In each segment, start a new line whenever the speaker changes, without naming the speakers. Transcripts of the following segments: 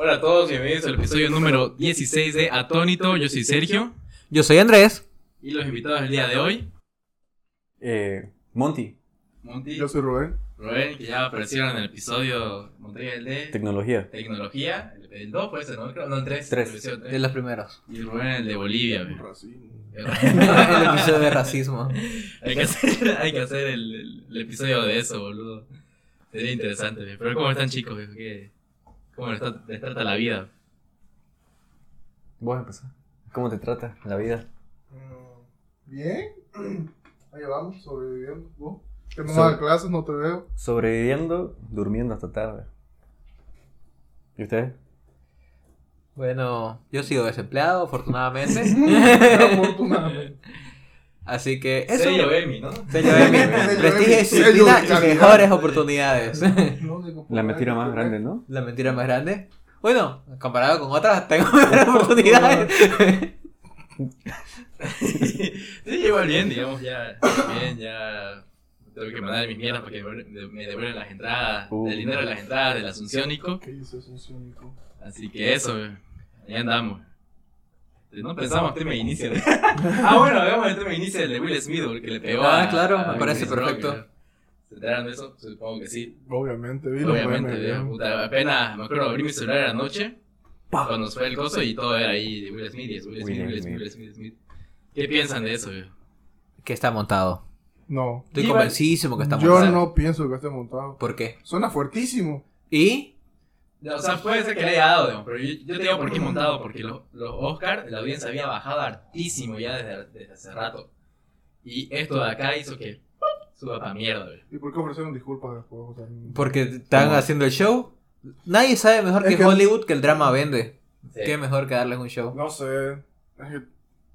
Hola a todos, bienvenidos al episodio número 16 de Atónito. Yo soy Sergio
Yo soy Andrés.
y los invitados del día de hoy,
Eh, Monty,
Monty,
Yo soy Rubén.
Rubén, que ya aparecieron en el episodio Montreal de
tecnología.
Tecnología, el, el 2 fue ese, ¿no? Creo- No, el 3.
Tres.
De los primeros.
eh. Y Rubén el de Bolivia. güey.
Racín.
El episodio de racismo.
hay que hacer, hay que hacer el, el- el episodio de eso, boludo. Sería interesante, güey. pero ¿cómo están chicos? güey? ¿Qué- ¿Cómo les, tra- les trata la vida?
Vos empezás. ¿Cómo te trata la vida?
Mm, Bien. Ahí vamos, sobreviviendo. ¿Vos? ¿Qué no
Sobre-
vas a clases? No te veo.
Sobreviviendo, durmiendo hasta tarde. ¿Y ustedes?
Bueno, yo he sido desempleado, afortunadamente.
Afortunadamente.
Así que eso.
Sello eh. Emi, ¿no?
Sello Emmy. Prestigio,
Sello
disciplina y
calidad.
mejores oportunidades.
No sé cómo-
La mentira más grande, ¿no?
La mentira más grande. Bueno, comparado con otras, tengo mejores oportunidades.
sí, igual bien, digamos, ya. Bien, ya. Tengo que mandar mis mierdas para que me devuelvan las entradas,
Uh.
el dinero de las entradas del Asunciónico.
¿Qué hizo Asunciónico?
Así que eso, güey. ahí andamos. No pensamos tema de inicio. ah, bueno, veamos el tema de inicio del de Will Smith, güey, que le pegó.
Ah,
a-
claro,
a
me parece
Chris Rock,
perfecto.
güey. ¿Se enteraron de eso? Pues, Supongo que sí.
Obviamente, vi los
Obviamente,
memes,
viejo,
viejo.
puta, apenas me acuerdo abrí mi celular anoche cuando fue el coso y todo era ahí de Will Smith, y es Will Smith, Will Smith, Will Smith, Will Smith. ¿Qué piensan de eso, viejo?
que está montado.
No.
Estoy
Iba-
convencidísimo que está montado.
Yo no pienso que esté montado.
¿Por qué?
Suena fuertísimo.
¿Y?
O sea, puede ser que le haya dado, digamos, pero yo, yo te digo por qué montado, porque los, los Oscars, la audiencia había bajado hartísimo ya desde, desde hace rato. Y esto de acá hizo que ¡pum! suba pa' mierda, viejo.
¿Y por qué ofrecieron disculpas después? O sea,
Porque están
¿Cómo?
haciendo el show. Nadie sabe mejor
Es
que,
que-
Hollywood que el drama vende.
Sí.
Qué mejor que darles un show.
No sé. Es que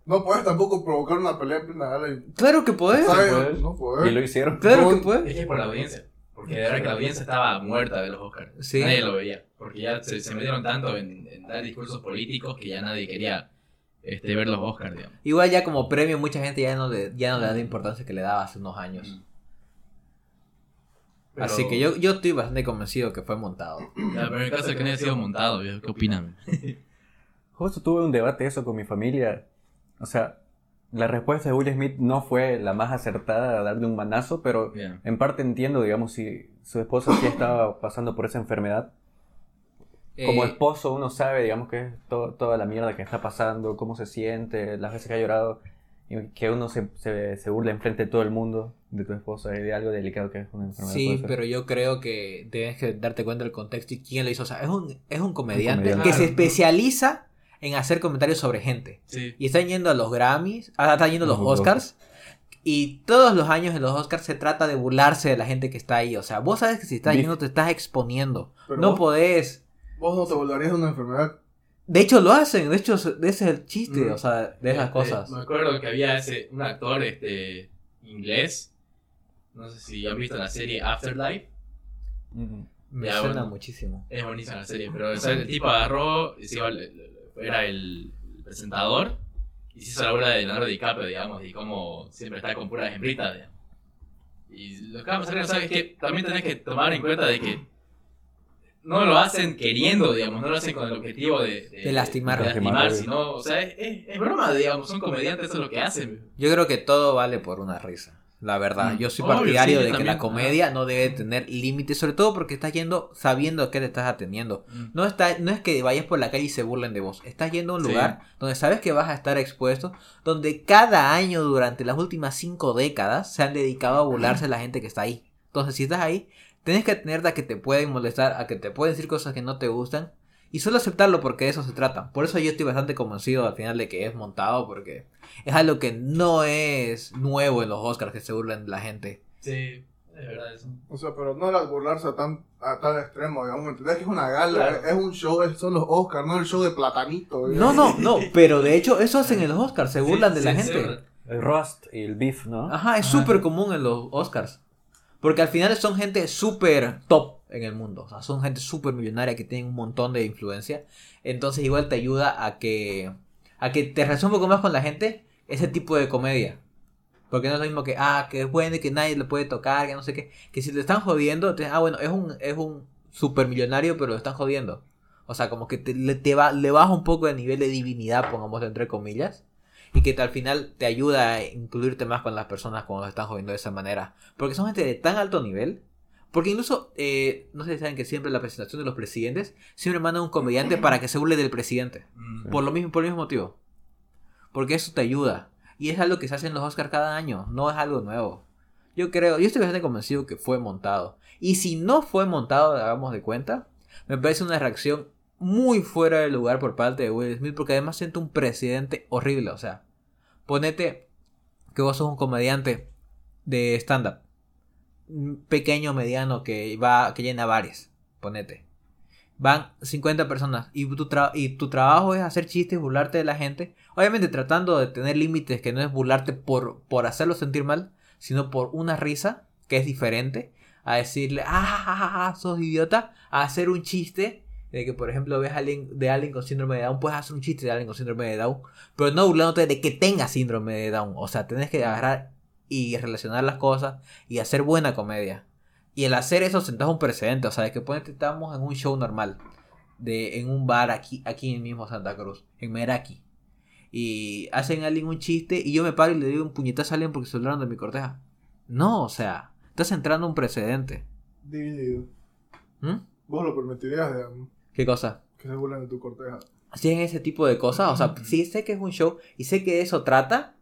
No puedes tampoco provocar una pelea en plena gala. y-
Claro que podés.
¿Sabes?
puede.
No
Y lo
puedes.
hicieron.
Claro que
No,
podés.
Es que por la audiencia. Porque de verdad que la audiencia estaba muerta de los Oscars.
Sí.
Nadie lo veía. Porque ya se, se metieron tanto en, en dar discursos políticos que ya nadie quería este, ver los Oscars, digamos.
Igual ya como premio mucha gente ya no le, ya no le da la importancia que le daba hace unos años.
Mm, Pero-
Así que yo, yo estoy bastante convencido que fue montado.
Ya, pero en el caso de que no haya sido montado, viejo, ¿qué opinan?
Justo tuve un debate eso con mi familia. O sea, la respuesta de Will Smith no fue la más acertada a darle un manazo, pero
Ya.
en parte entiendo, digamos, si su esposa sí estaba pasando por esa enfermedad. Como
Eh,
esposo uno sabe, digamos, que es to- toda la mierda que está pasando, cómo se siente, las veces que ha llorado, y que uno se, se, se burla enfrente de todo el mundo de tu esposa y de algo delicado que es una enfermedad. puede
Sí,
ser.
pero yo creo que debes que darte cuenta del contexto y quién lo hizo. O sea, es un, es un comediante,
comediante.
que se
Claro.
especializa en hacer comentarios sobre gente.
Sí.
Y están yendo a los Grammys, ahora están yendo a los
Los
Oscars. Y todos los años en los Oscars se trata de burlarse de la gente que está ahí. O sea, vos sabes que si estás
Dif-
yendo te estás exponiendo.
Pero
no
vos-
podés.
Vos no te burlarías de una enfermedad.
De hecho lo hacen, de hecho ese es el chiste,
Mm.
o sea, de esas
Este,
cosas.
Me acuerdo que había ese, un actor este, inglés. No sé si han visto la serie Afterlife.
Mm.
Me
Ya,
suena
bueno.
muchísimo.
Es buenísima la serie, pero o sea, el tipo agarró, y se iba al- era el presentador, y se hizo la obra de Leonardo DiCaprio, digamos, y como siempre está con puras hembritas, digamos. Y lo que vamos a hacer, ¿sabes que También tenés que tomar en cuenta de que no lo hacen queriendo, digamos, no lo hacen con el objetivo de,
De lastimar.
de lastimar,
Lastimar,
sino, o sea, es, es- es broma, digamos, son comediantes, eso es lo que hacen.
Yo creo que todo vale por una risa. La verdad,
Mm.
yo soy
Obvio,
partidario
sí, yo
de que
también. Ah.
la comedia no debe tener límites, sobre todo porque estás yendo sabiendo a qué te estás atendiendo. No, está, no es que vayas por la calle y se burlen de vos. Estás yendo a un
Sí.
lugar donde sabes que vas a estar expuesto, donde cada año durante las últimas cinco décadas se han dedicado a burlarse a la gente que está ahí. Entonces, si estás ahí, tienes que atenderte a que te pueden molestar, a que te pueden decir cosas que no te gustan y solo aceptarlo porque de eso se trata. Por eso yo estoy bastante convencido al final de que es montado porque es algo que no es nuevo en los Oscars que se burlan de la gente.
Sí, es verdad eso.
O sea, pero no era burlarse a tan, a tal extremo, digamos. ¿Entendés que es una gala?
Claro.
Es un show, es- son los Oscars, no el show de platanito.
No,
digamos.
no, no, pero de hecho eso hacen en los Oscars, se
Sí,
burlan de
sí,
la
sí,
gente.
es verdad.
El rust y el beef, ¿no?
Ajá, es
Ajá.
súper común en los Oscars. Porque al final son gente súper top en el mundo. O sea, son gente súper millonaria que tienen un montón de influencia. Entonces igual te ayuda a que, a que te relaciones un poco más con la gente ese tipo de comedia. Porque no es lo mismo que, ah, que es bueno y que nadie le puede tocar, que no sé qué. Que si te están jodiendo, te- ah, bueno, es un, es un súper millonario, pero lo están jodiendo. O sea, como que te, le, te va, le baja un poco el nivel de divinidad, pongámoslo entre comillas. Y que te- al final te ayuda a incluirte más con las personas cuando se están jodiendo de esa manera. Porque son gente de tan alto nivel. Porque incluso, eh, no sé si saben que siempre en la presentación de los presidentes, siempre mandan un comediante para que se burle del presidente.
Mm.
Por lo mismo, por el mismo motivo. Porque eso te ayuda. Y es algo que se hace en los Oscars cada año. No es algo nuevo. Yo creo, yo estoy bastante convencido que fue montado. Y si no fue montado, hagamos de cuenta, me parece una reacción muy fuera de lugar por parte de Will Smith. Porque además siento un presidente horrible. O sea, ponete que vos sos un comediante de stand-up. un Pequeño, mediano, que va, que llena bares. Ponete van 50 personas y tu, tra- y tu trabajo es hacer chistes, burlarte de la gente. Obviamente tratando de tener límites que no es burlarte por, por hacerlo sentir mal, sino por una risa que es diferente a decirle, ah, ja, ja, ja, sos idiota, a hacer un chiste de que, por ejemplo, ves a alguien, de alguien con síndrome de Down, puedes hacer un chiste de alguien con síndrome de Down, pero no burlándote de que tenga síndrome de Down. O sea, tenés que agarrar y relacionar las cosas y hacer buena comedia. Y el hacer eso sentás un precedente, o sea, de que ponete, estamos en un show normal de, en un bar aquí, aquí en mismo Santa Cruz, en Meraki. Y hacen a alguien un chiste y yo me paro y le digo un puñetazo a alguien porque se hablaron de mi corteja. No, o sea, estás entrando un precedente.
Dividido.
¿Mm?
Vos lo permitirías, digamos,
¿Qué cosa?
que se burlen de tu corteja.
Si es ese tipo de cosas, o sea, si sé que es un show y sé que de eso trata,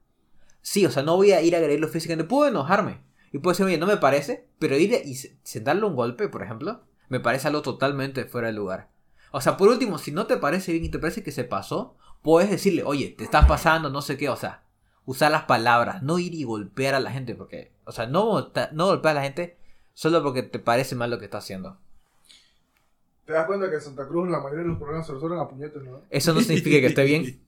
sí, o sea, no voy a ir a agredirlo físicamente, puedo enojarme. Y puedo decir, oye, no me parece, pero ir y se- sentarle un golpe, por ejemplo, me parece algo totalmente fuera de lugar. O sea, por último, si no te parece bien y te parece que se pasó, puedes decirle, oye, te estás pasando, no sé qué, o sea, usar las palabras, no ir y golpear a la gente, porque, o sea, no, volta- no golpear a la gente solo porque te parece mal lo que está haciendo.
Te das cuenta que en Santa Cruz la mayoría de los problemas se resuelven a puñetes, ¿no?
Eso no significa que esté bien.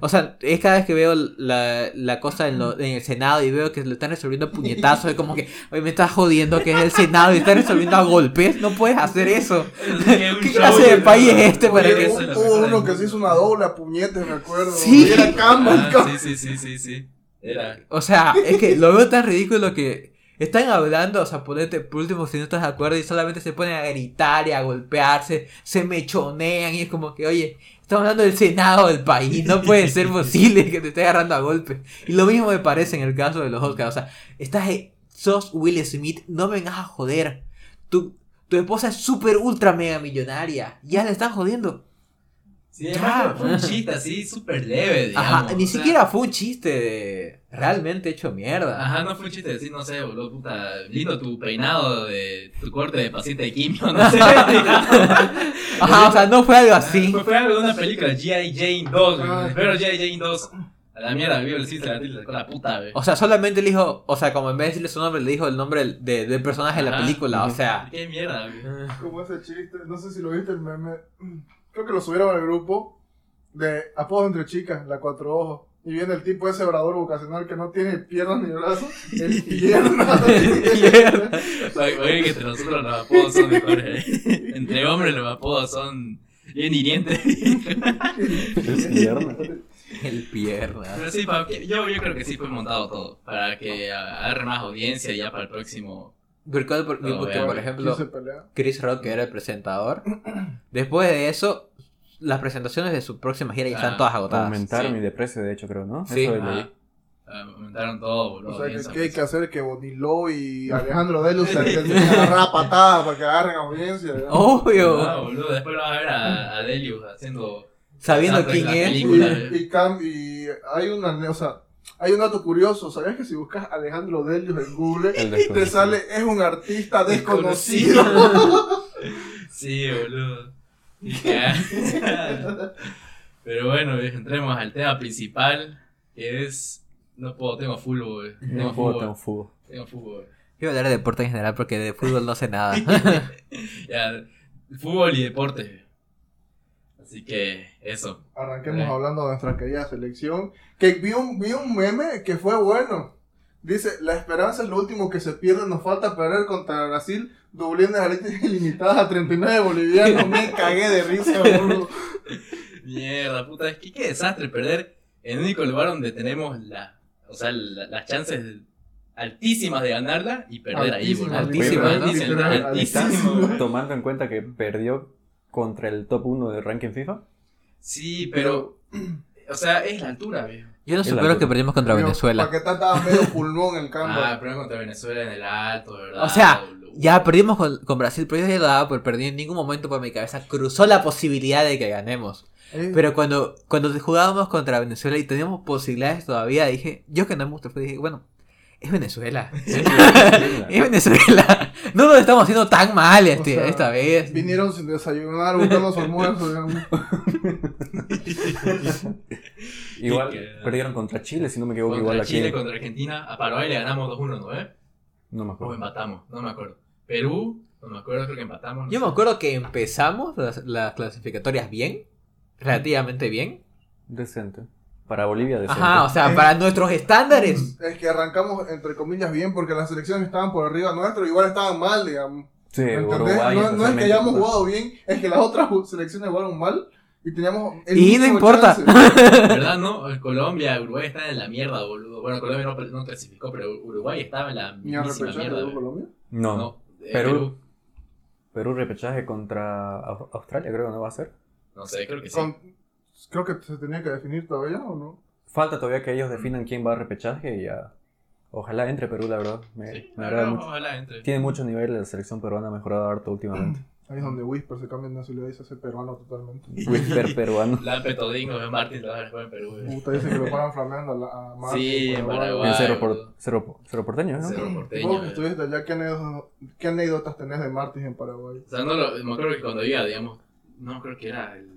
O sea, es cada vez que veo la, la cosa en, lo- en el Senado y veo que lo están resolviendo a puñetazos, es como que, oye, me estás jodiendo que es el Senado y están resolviendo a golpes, no puedes hacer eso. ¿Qué clase de país es este para
Oye,
que-
hubo- hubo uno que se hizo una doble a puñetes, me acuerdo.
Sí.
Y era Campbell,
Ah,
Campbell.
sí, sí, sí, sí, sí. Era.
O sea, es que lo veo tan ridículo que están hablando, o sea, ponete, por último, si no estás de acuerdo y solamente se ponen a gritar y a golpearse, se mechonean y es como que, oye, estamos hablando del Senado del país, no puede ser posible que te esté agarrando a golpes. Y lo mismo me parece en el caso de los Oscars, o sea, estás, eh, sos Will Smith, no me vengas a joder. Tu, tu esposa es súper ultra mega millonaria, ya la están jodiendo.
Sí, además fue un chiste así súper leve, digamos.
Ajá, ni
o sea,
siquiera fue un chiste de realmente hecho mierda.
Ajá, no fue un chiste decir, no sé, boludo, puta, lindo tu peinado de tu corte de paciente de quimio, no sé.
Ajá, o sea, no fue
Ah,
algo así.
Fue, fue algo de una película, G.I. Jane 2,
Ah.
güey. pero G.I. Jane 2. A la mierda, vivo el chiste de la tilde con la puta, güey.
O sea, solamente le dijo, o sea, como en vez de decirle su nombre, le dijo el nombre del, de- del personaje de la
Ajá.
película, o sea.
Ah, Qué mierda, güey.
Como ese chiste, no sé si lo viste el meme. Creo que lo subieron al grupo de apodos entre chicas, la cuatro ojos. Y viene el tipo ese obrador vocacional que no tiene piernas ni brazos, el pierna.
Pierna.
Oye, oye, que entre nosotros los apodos son mejores. eh. Entre hombres los apodos son bien hirientes.
Es mierda.
El pierna.
Pero sí, pa- que- yo, yo creo que sí fue montado todo. Para que a- agarre más audiencia ya para el próximo.
Recuerdo por-
No,
porque,
vean.
por ejemplo,
¿Quién se pelea?
Chris Rock, que era el presentador, después de eso, las presentaciones de su próxima gira ya están
Ah,
todas agotadas.
Aumentaron
sí.
y de precio, de hecho, creo, ¿no?
Sí.
Eso leí.
Ah, ah, Montaron todo, boludo.
o sea, que,
audiencia,
¿qué hay
pues.
que hacer? Que Boniló y Alejandro Delo se empiecen a agarrar a patadas para que agarren audiencia. ¿no?
Oh,
Ah,
Obvio.
boludo, después lo vas a ver a, a Delius haciendo.
Sabiendo
Esa
quién
regla
es.
Ah, película, eh.
Y, y Cam- y hay una, o sea, hay un dato curioso. ¿Sabías que si buscas Alejandro Delius en Google,
El
te
desconocido.
sale, es un artista desconocido?
Sí, boludo. Y que- Pero bueno, viejo, entremos al tema principal, que es... No puedo, tengo fútbol. güey. Tengo
No puedo tener
fútbol.
fútbol.
Tengo fútbol.
Yo hablar de deporte en general porque de fútbol no sé nada.
Ya, fútbol y deportes. güey. Así que eso.
Arranquemos
Eh.
Sí.
hablando de nuestra querida selección. Que vi un, vi un meme que fue bueno. Dice, la esperanza es lo último que se pierde, nos falta perder contra Brasil, doblenes a letras ilimitadas a 39 bolivianos, me cagué de risa, boludo.
Mierda, puta, es que qué desastre perder en el único lugar donde tenemos la, o sea, la- las chances altísimas de ganarla y perder ahí, boludo.
Altísimas,
Altísimas,
¿no?
altísimas,
Literal,
altísimas,
altísimas.
güey.
Tomando en cuenta que perdió contra el top 1 del ranking FIFA.
Sí, pero. O sea, es la altura, viejo.
Yo no
Es la
supero que
locura.
perdimos contra Venezuela.
Paquetá estaba medio pulmón en el campo.
Ah, el problema contra Venezuela en el alto, ¿verdad?
O sea,
Lo-
Ya perdimos con, con Brasil, pero yo ya lo daba por perdido. En ningún momento por mi cabeza cruzó la posibilidad de que ganemos.
Eh,
Pero cuando, cuando jugábamos contra Venezuela y teníamos posibilidades todavía, dije, yo que no me gusta, el fútbol, dije, bueno, es Venezuela. Es Venezuela. No nos estamos haciendo tan mal este-
O sea,
esta vez.
Vinieron sin desayunar, buscando su almuerzo. digamos.
Igual
Sí, que-
perdieron contra Chile, si no me equivoco,
Contra
igual aquí.
Chile, contra Argentina. A Paraguay le ganamos 2-1, ¿no? ¿Eh?
No me
O
acuerdo.
empatamos, no me acuerdo. Perú, no me acuerdo, creo que empatamos. no
Yo
sé.
me acuerdo que empezamos las, las clasificatorias bien, relativamente bien.
Decente. Para Bolivia, decente.
Ajá, o sea, para nuestros estándares.
Es que arrancamos, entre comillas, bien, porque las selecciones estaban por arriba nuestro, igual estaban mal, digamos.
sí,
¿Entendés? no, no es
Uruguay,
que
especialmente,
hayamos
pues.
jugado bien, es que las otras ju- selecciones jugaron mal y teníamos. el
Y no
mismo
importa.
chance.
¿Verdad? No, Eh, Colombia, Uruguay están en la mierda, boludo. Bueno, Colombia no, no clasificó, pero Uruguay estaba en la
Ni a
mismísima
repechaje
mierda.
de
güey.
Colombia.
No.
No, eh,
Perú.
Perú.
Perú repechaje contra Au- Australia, creo que no va a ser.
No sé, creo que sí.
Con- Creo que se tenía que definir todavía o no.
Falta todavía que ellos definan quién va a repechaje y ya. Ojalá entre Perú, la verdad. Me,
Sí,
me agrada
no,
mucho.
ojalá entre.
Tiene mucho nivel, la selección peruana ha mejorado harto últimamente.
Ahí es donde Whisper se cambia de nacionalidad y se hace peruano totalmente.
Whisper peruano.
La Petodingo de Martín ahora juega en Perú. eh. güey.
Puta, dicen que lo paran flameando a, la, a Marco,
Sí, en Paraguay.
El cero, por,
boludo.
cero, po- cero porteño, ¿no?
Cerro
Vos
porteño. eh.
que
güey.
estuviste allá, ¿qué anécdotas, qué anécdotas tenés de Martins en Paraguay?
O sea, no lo- me acuerdo que cuando iba, digamos, no creo que era el.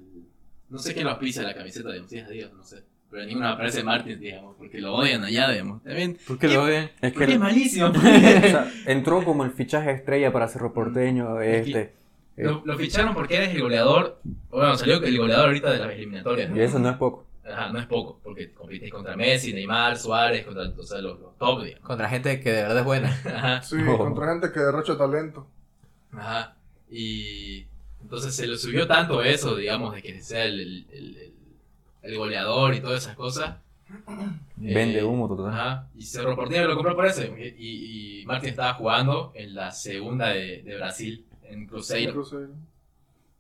No sé quién lo auspicia la camiseta de Díaz Díaz, no sé. Pero en ninguna aparece Martín, digamos, porque lo odian allá, digamos. También.
¿Por qué lo ven?
Es que
Porque es malísimo.
o sea, entró como el fichaje estrella para Cerro Porteño.
Es que-
Este.
lo, lo ficharon porque eres el goleador. Bueno, salió que el goleador ahorita de las eliminatorias. ¿no?
Y eso no es poco.
Ajá, no es poco, porque compitís contra Messi, Neymar, Suárez, contra o sea, los, los top, digamos.
Contra gente que de verdad es buena.
Ajá,
Sí,
Oh.
contra gente que derrocha talento.
ajá. Y entonces se le subió tanto eso, digamos, de que sea el, el- el- el- el goleador y todas esas cosas.
Vende
Eh,
humo total.
Ajá. Y Cerro Porteño lo compró por eso. Y, y Martín estaba jugando en la segunda de, de Brasil, en Cruzeiro.
Cruzeiro.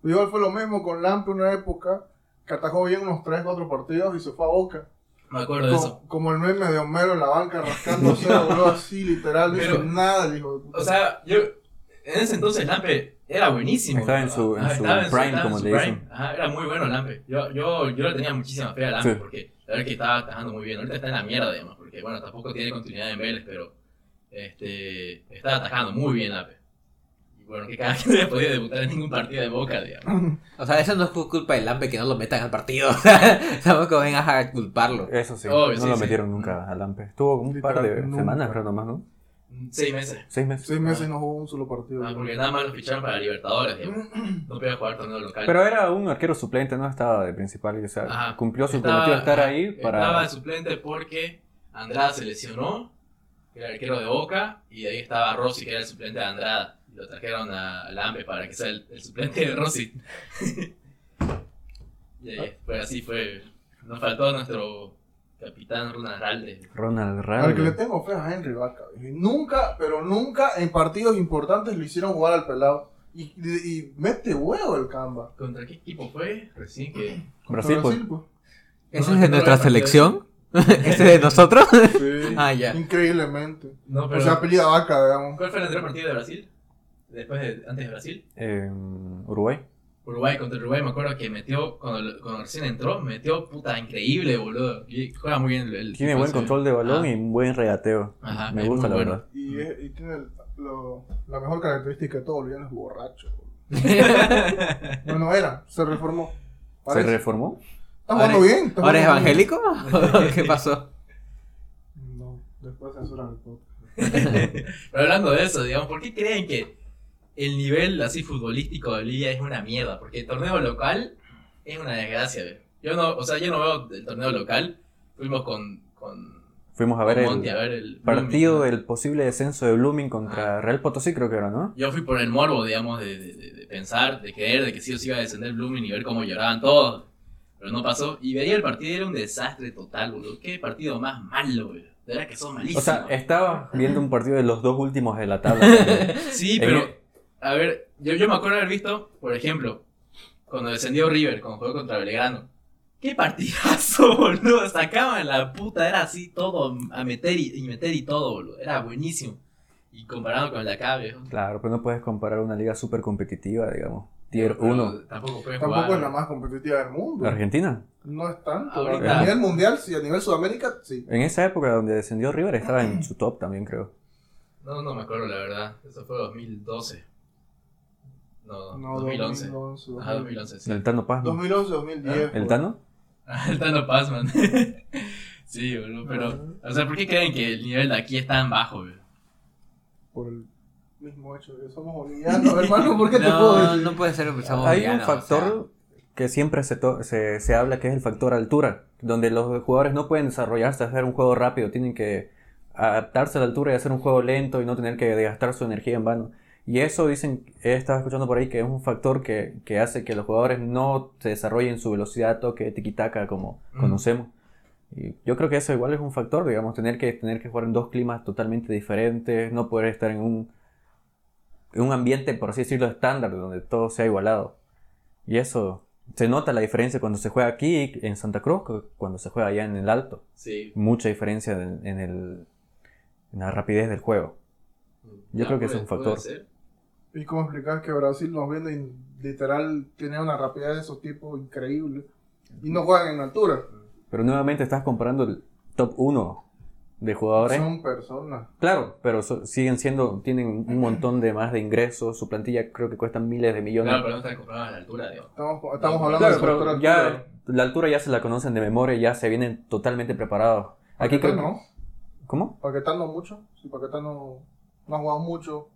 Igual fue lo mismo con Lampe una época, que atajó bien unos 3, 4 partidos y se fue a Boca.
Me acuerdo de eso.
Como, como el meme de Homero en la banca rascándose, boludo, así literal, no hizo
Pero-
nada, el hijo de puta.
O sea, yo. En ese entonces Lampe era buenísimo.
Estaba en su- en
Ajá,
su
estaba
prime,
estaba en
como
su
le
prime.
dicen.
Ajá, era muy bueno Lampe. Yo, yo, yo le tenía muchísima fe a Lampe
Sí.
porque la verdad es que estaba atajando muy bien. Ahorita está en la mierda, además, porque bueno, tampoco tiene continuidad en Vélez, pero este, estaba atajando muy bien Lampe. Y bueno, que cada vez no había podido debutar en ningún partido de Boca, digamos.
O sea, eso no es culpa del Lampe que no lo metan al partido. O sea, tampoco vengas a culparlo.
Eso sí,
Obvio,
no
sí,
lo
sí.
metieron nunca al Ampe. Estuvo como un par de
Literal, nunca.
semanas, creo nomás, ¿no?
Seis meses.
Seis meses.
Seis meses no jugó un solo partido.
Ah, porque nada más lo ficharon para Libertadores, digamos. No podía jugar torneo local.
Pero era un arquero suplente, no estaba de principal. O sea,
Ajá.
cumplió su
Estaba-
cometido de estar
ajá,
ahí para.
Estaba de suplente porque Andrada se lesionó, que era el arquero de Boca, y de ahí estaba Rossi, que era el suplente de Andrada. Y lo trajeron a Lampe para que sea el, el suplente de Rossi. y ahí, fue así fue. Nos faltó nuestro capitán Ronald Aralde.
Ronald
Al que le
Ralde.
tengo fe es a Henry Vaca. Nunca, pero nunca en partidos importantes lo hicieron jugar al pelado. Y, y- y mete huevo el Camba.
¿Contra qué equipo fue? Recién que...
Brasil, pues.
pues.
No,
¿Ese es
no
de
lo
nuestra
había partido.
selección? ¿Ese es de nosotros?
Sí, pues.
Ah, ya.
increíblemente.
No,
O sea, apellido
ah.
Vaca, digamos.
¿Cuál fue el anterior partido de Brasil? Después de- antes de Brasil.
Eh, Uruguay.
Uruguay contra Uruguay, me acuerdo que metió, cuando, cuando recién entró, metió puta increíble, boludo. Y juega muy bien el. el
Tiene
tipo
buen
ese.
control de balón
Ah.
y un buen regateo.
Ajá,
Me
es
gusta,
muy
la
bueno.
verdad.
Y, es- y tiene el- lo- la mejor característica de todo boliviano es borracho. No, no era, se reformó.
¿Se
Parece.
reformó?
Está jugando
Ahora-
bien. está
¿Ahora es
jugando bien.
evangélico? ¿Qué pasó?
No, después censuran el podcast.
Pero hablando de eso, digamos, ¿por qué creen que el nivel así futbolístico de Bolivia es una mierda? Porque el torneo local es una desgracia, ve. Yo no, o sea, yo no veo el torneo local. Fuimos con. con
Fuimos a ver el
Monti a ver el.
partido
Blooming, ¿no?
del posible descenso de Blooming contra Real Potosí, creo que era, ¿no?
Yo fui por el morbo, digamos, de, de- de- de pensar, de creer, de que sí o sí iba a descender Blooming y ver cómo lloraban todos. Pero no pasó. Y veía el partido y era un desastre total, boludo. Qué partido más malo, boludo. De verdad que sos malísimo.
O sea, estaba viendo un partido de los dos últimos de la tabla.
sí,
en
pero.
el-
A ver, yo, yo me acuerdo haber visto, por ejemplo, cuando descendió River, cuando jugó contra Belgrano. ¡Qué partidazo, boludo! Sacaban la puta, era así todo a meter y, y meter y todo, boludo. Era buenísimo. Y comparado con la CABE, ¿no?
Claro, pero no puedes comparar una liga súper competitiva, digamos. Tier
Pero
1.
Tampoco puedes
Tampoco
jugar.
es la más competitiva del mundo.
Argentina.
No es tanto.
Ahorita.
A nivel mundial, sí, a nivel Sudamérica, sí.
En esa época donde descendió River estaba en su top también, creo.
No, no me acuerdo la verdad. Eso fue 2012. No,
No,
2011.
2011.
Ajá, 2011, sí.
El Tano Paz. ¿no?
2011, 2010.
¿El Tano?
El Tano Pazman. sí, boludo, pero... O sea, ¿por qué creen que el nivel de aquí es tan bajo, boludo?
Por el mismo hecho de que somos bolivianos, hermano, ¿por qué te puedo
No,
decir?
no puede ser que empezamos
Hay un
bolivianos, o
factor que siempre se, to- se, se habla que es el factor altura, donde los jugadores no pueden desarrollarse, hacer un juego rápido, tienen que adaptarse a la altura y hacer un juego lento y no tener que gastar su energía en vano. Y eso dicen, he estado escuchando por ahí que es un factor que, que hace que los jugadores no se desarrollen su velocidad, toque, tiquitaca como
Mm.
conocemos. Y yo creo que eso igual es un factor, digamos, tener que, tener que jugar en dos climas totalmente diferentes, no poder estar en un, en un ambiente, por así decirlo, estándar, donde todo sea igualado. Y eso, se nota la diferencia cuando se juega aquí en Santa Cruz, que cuando se juega allá en el Alto.
Sí.
Mucha diferencia en, en el, en la rapidez del juego. Yo creo que es
puede-
un factor.
puede ser.
¿Y cómo explicas que Brasil nos viene y literal tiene una rapidez de esos tipos increíble? Y no juegan en altura.
Pero nuevamente estás comparando el top 1 de jugadores.
Son personas.
Claro, pero so- siguen siendo, tienen un montón de más de ingresos, su plantilla creo que cuestan miles de millones.
Claro, pero no están comprados a la altura, digamos.
Estamos, estamos hablando
Claro,
de
pero
altura.
ya la altura ya se la conocen de memoria, ya se vienen totalmente preparados. Aquí creo
Paquetá
que-
no.
¿Cómo?
Paquetá no mucho. Sí, Paquetá no, no ha jugado mucho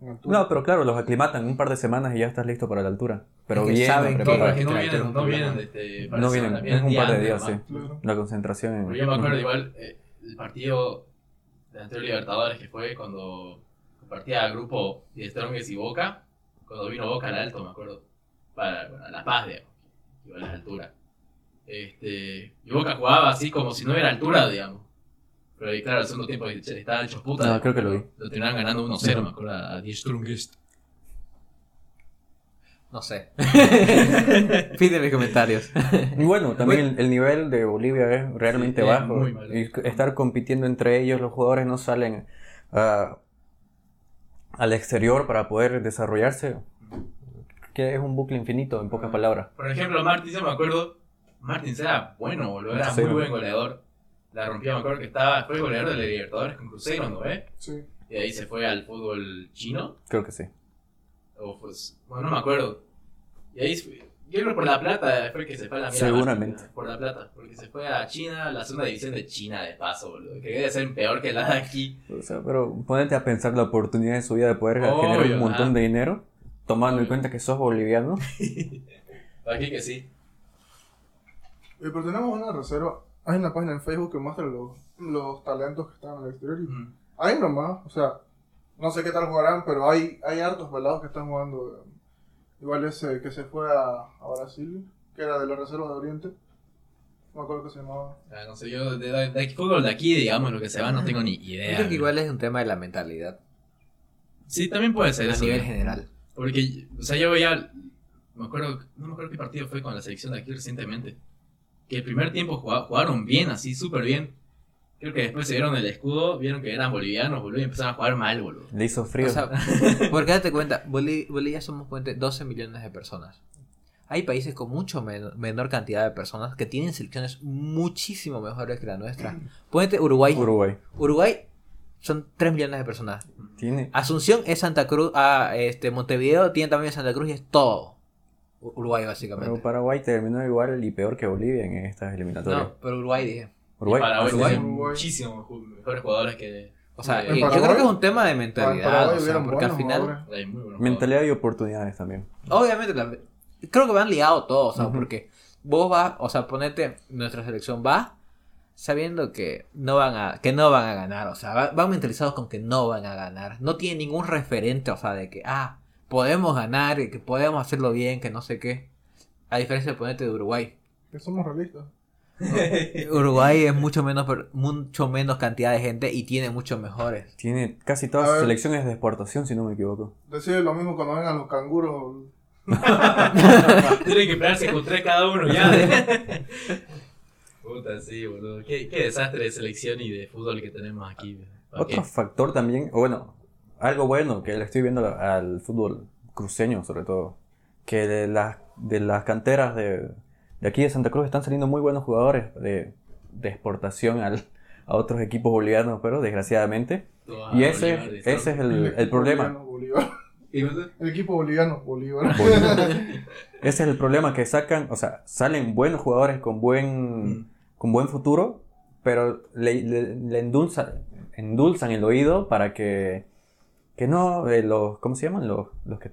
en altura.
No, pero claro, los aclimatan un par de semanas y ya estás listo para la altura. Pero
Es que
bien
saben que-
No,
preparado.
porque no
Claro,
vienen,
tengo un
no
problema.
vienen desde...
No vienen, es un par de días, sí.
Claro.
La concentración. en-
Pero yo me acuerdo igual eh, el partido de anterior Libertadores que fue cuando compartía grupo de Strongest y Boca, cuando vino Boca al alto, me acuerdo, para bueno, a La Paz, digamos, iba a la altura. Este, y Boca jugaba así como si no era altura, digamos. Pero ahí, claro, el segundo tiempo estaban hechos putas.
No, creo que lo vi.
Lo terminaron ganando 1-0, me acuerdo, a Die Strongest.
sea. No sé. Fin de mis comentarios.
Y bueno, también el, el nivel de Bolivia es realmente
Sí, es
bajo.
muy malo.
Y c- estar compitiendo entre ellos, los jugadores no salen ah, al exterior para poder desarrollarse. Que es un bucle infinito, en
Ah.
pocas palabras.
Por ejemplo, Martins, yo me acuerdo, Martins era bueno, boludo, era
Sí.
muy buen goleador. La rompía, me acuerdo que estaba, fue goleador de la Libertadores con Cruzeiro, ¿no ¿Eh? ve?
Sí.
Y de ahí se fue al fútbol chino,
Creo que sí.
o pues, bueno, no me acuerdo. Y ahí, se- yo creo que por la plata fue que se fue a la mierda.
Seguramente.
Martins, por la plata, porque se fue a China, a la segunda división de China de paso, boludo, que debe ser peor que la de aquí.
O sea, pero ponete a pensar la oportunidad de su vida de poder
Obvio,
generar un montón
ajá.
de dinero, tomando en
Obvio.
cuenta que sos boliviano.
Aquí que sí.
Eh, Pero tenemos una reserva. Hay una página en Facebook que muestra los, los talentos que están en el exterior. Y
Mm.
hay nomás. O sea, no sé qué tal jugarán, pero hay, hay hartos velados que están jugando. eh, Igual ese que se fue a, a Brasil, que era de la reserva de Oriente. No me acuerdo que se llamaba.
Ah, No sé, yo de, de- de fútbol de aquí, digamos, lo que se va, no tengo ni idea.
Yo creo que igual es un tema de la mentalidad
Sí, también puede ser
a
eso.
nivel
¿no?
general.
Porque, o sea, yo veía, me acuerdo, no me acuerdo qué partido fue con la selección de aquí recientemente, que el primer tiempo jugaba- jugaron bien, así, súper bien. Creo que después se vieron el escudo, vieron que eran bolivianos, boludo, y empezaron a jugar mal, boludo.
Le hizo frío.
O sea, porque date cuenta, Boli- Bolivia somos ponte, 12 millones de personas. Hay países con mucho men- menor cantidad de personas que tienen selecciones muchísimo mejores que la nuestra. Ponete Uruguay.
Uruguay.
Uruguay son 3 millones de personas.
Tiene.
Asunción es Santa Cruz, ah, este, Montevideo tiene también Santa Cruz y es todo. U- Uruguay
Pero
Ah,
básicamente.
Paraguay terminó igual y peor que Bolivia en estas eliminatorias.
no, pero Uruguay dije.
Uruguay. Ah,
Y Paraguay
Uruguay.
tiene
Uruguay.
muchísimos ju- mejores jugadores que...
O sea,
En
eh, yo
Paraguay-
creo que es un tema de
En Paraguay
mentalidad, o sea,
hubieron
porque al
buenos
final,
jugadores.
hay muy buenos
Mentalidad y oportunidades también.
obviamente, la- creo que me han liado todos, o sea,
Ujú.
porque vos vas, o sea, ponete, nuestra selección va sabiendo que no van a, que no van a ganar, o sea, va- van mentalizados con que no van a ganar, no tienen ningún referente, o sea, de que, ah, podemos ganar, y que podemos hacerlo bien, que no sé qué, a diferencia de ponete de Uruguay.
Que somos realistas.
jugadores.
Uruguay es mucho menos per- mucho menos cantidad de gente y tiene muchos mejores.
Tiene casi
A
todas sus
ver.
selecciones de exportación, si no me equivoco.
Deciden lo mismo cuando vengan los canguros.
Tienen que pelearse con tres cada uno ya. Puta, sí, boludo. Qué, qué desastre de selección y de fútbol que tenemos aquí. ¿Para qué?
Otro factor también, o bueno, algo bueno que le estoy viendo a- al fútbol cruceño sobre todo, que de las, de las canteras de, de aquí de Santa Cruz están saliendo muy buenos jugadores de, de exportación al, a otros equipos bolivianos, pero desgraciadamente.
Todo
Y
a
ese,
Ah, Bolívar,
ese es el, el
equipo
problema.
boliviano, Bolívar.
¿Y entonces?
El equipo boliviano, Bolívar.
Ese es el problema que sacan, o sea, salen buenos jugadores con buen, con buen futuro, pero le, le- le endulza- endulzan el oído para que, que no, eh, los, ¿cómo se llaman? Los, los que...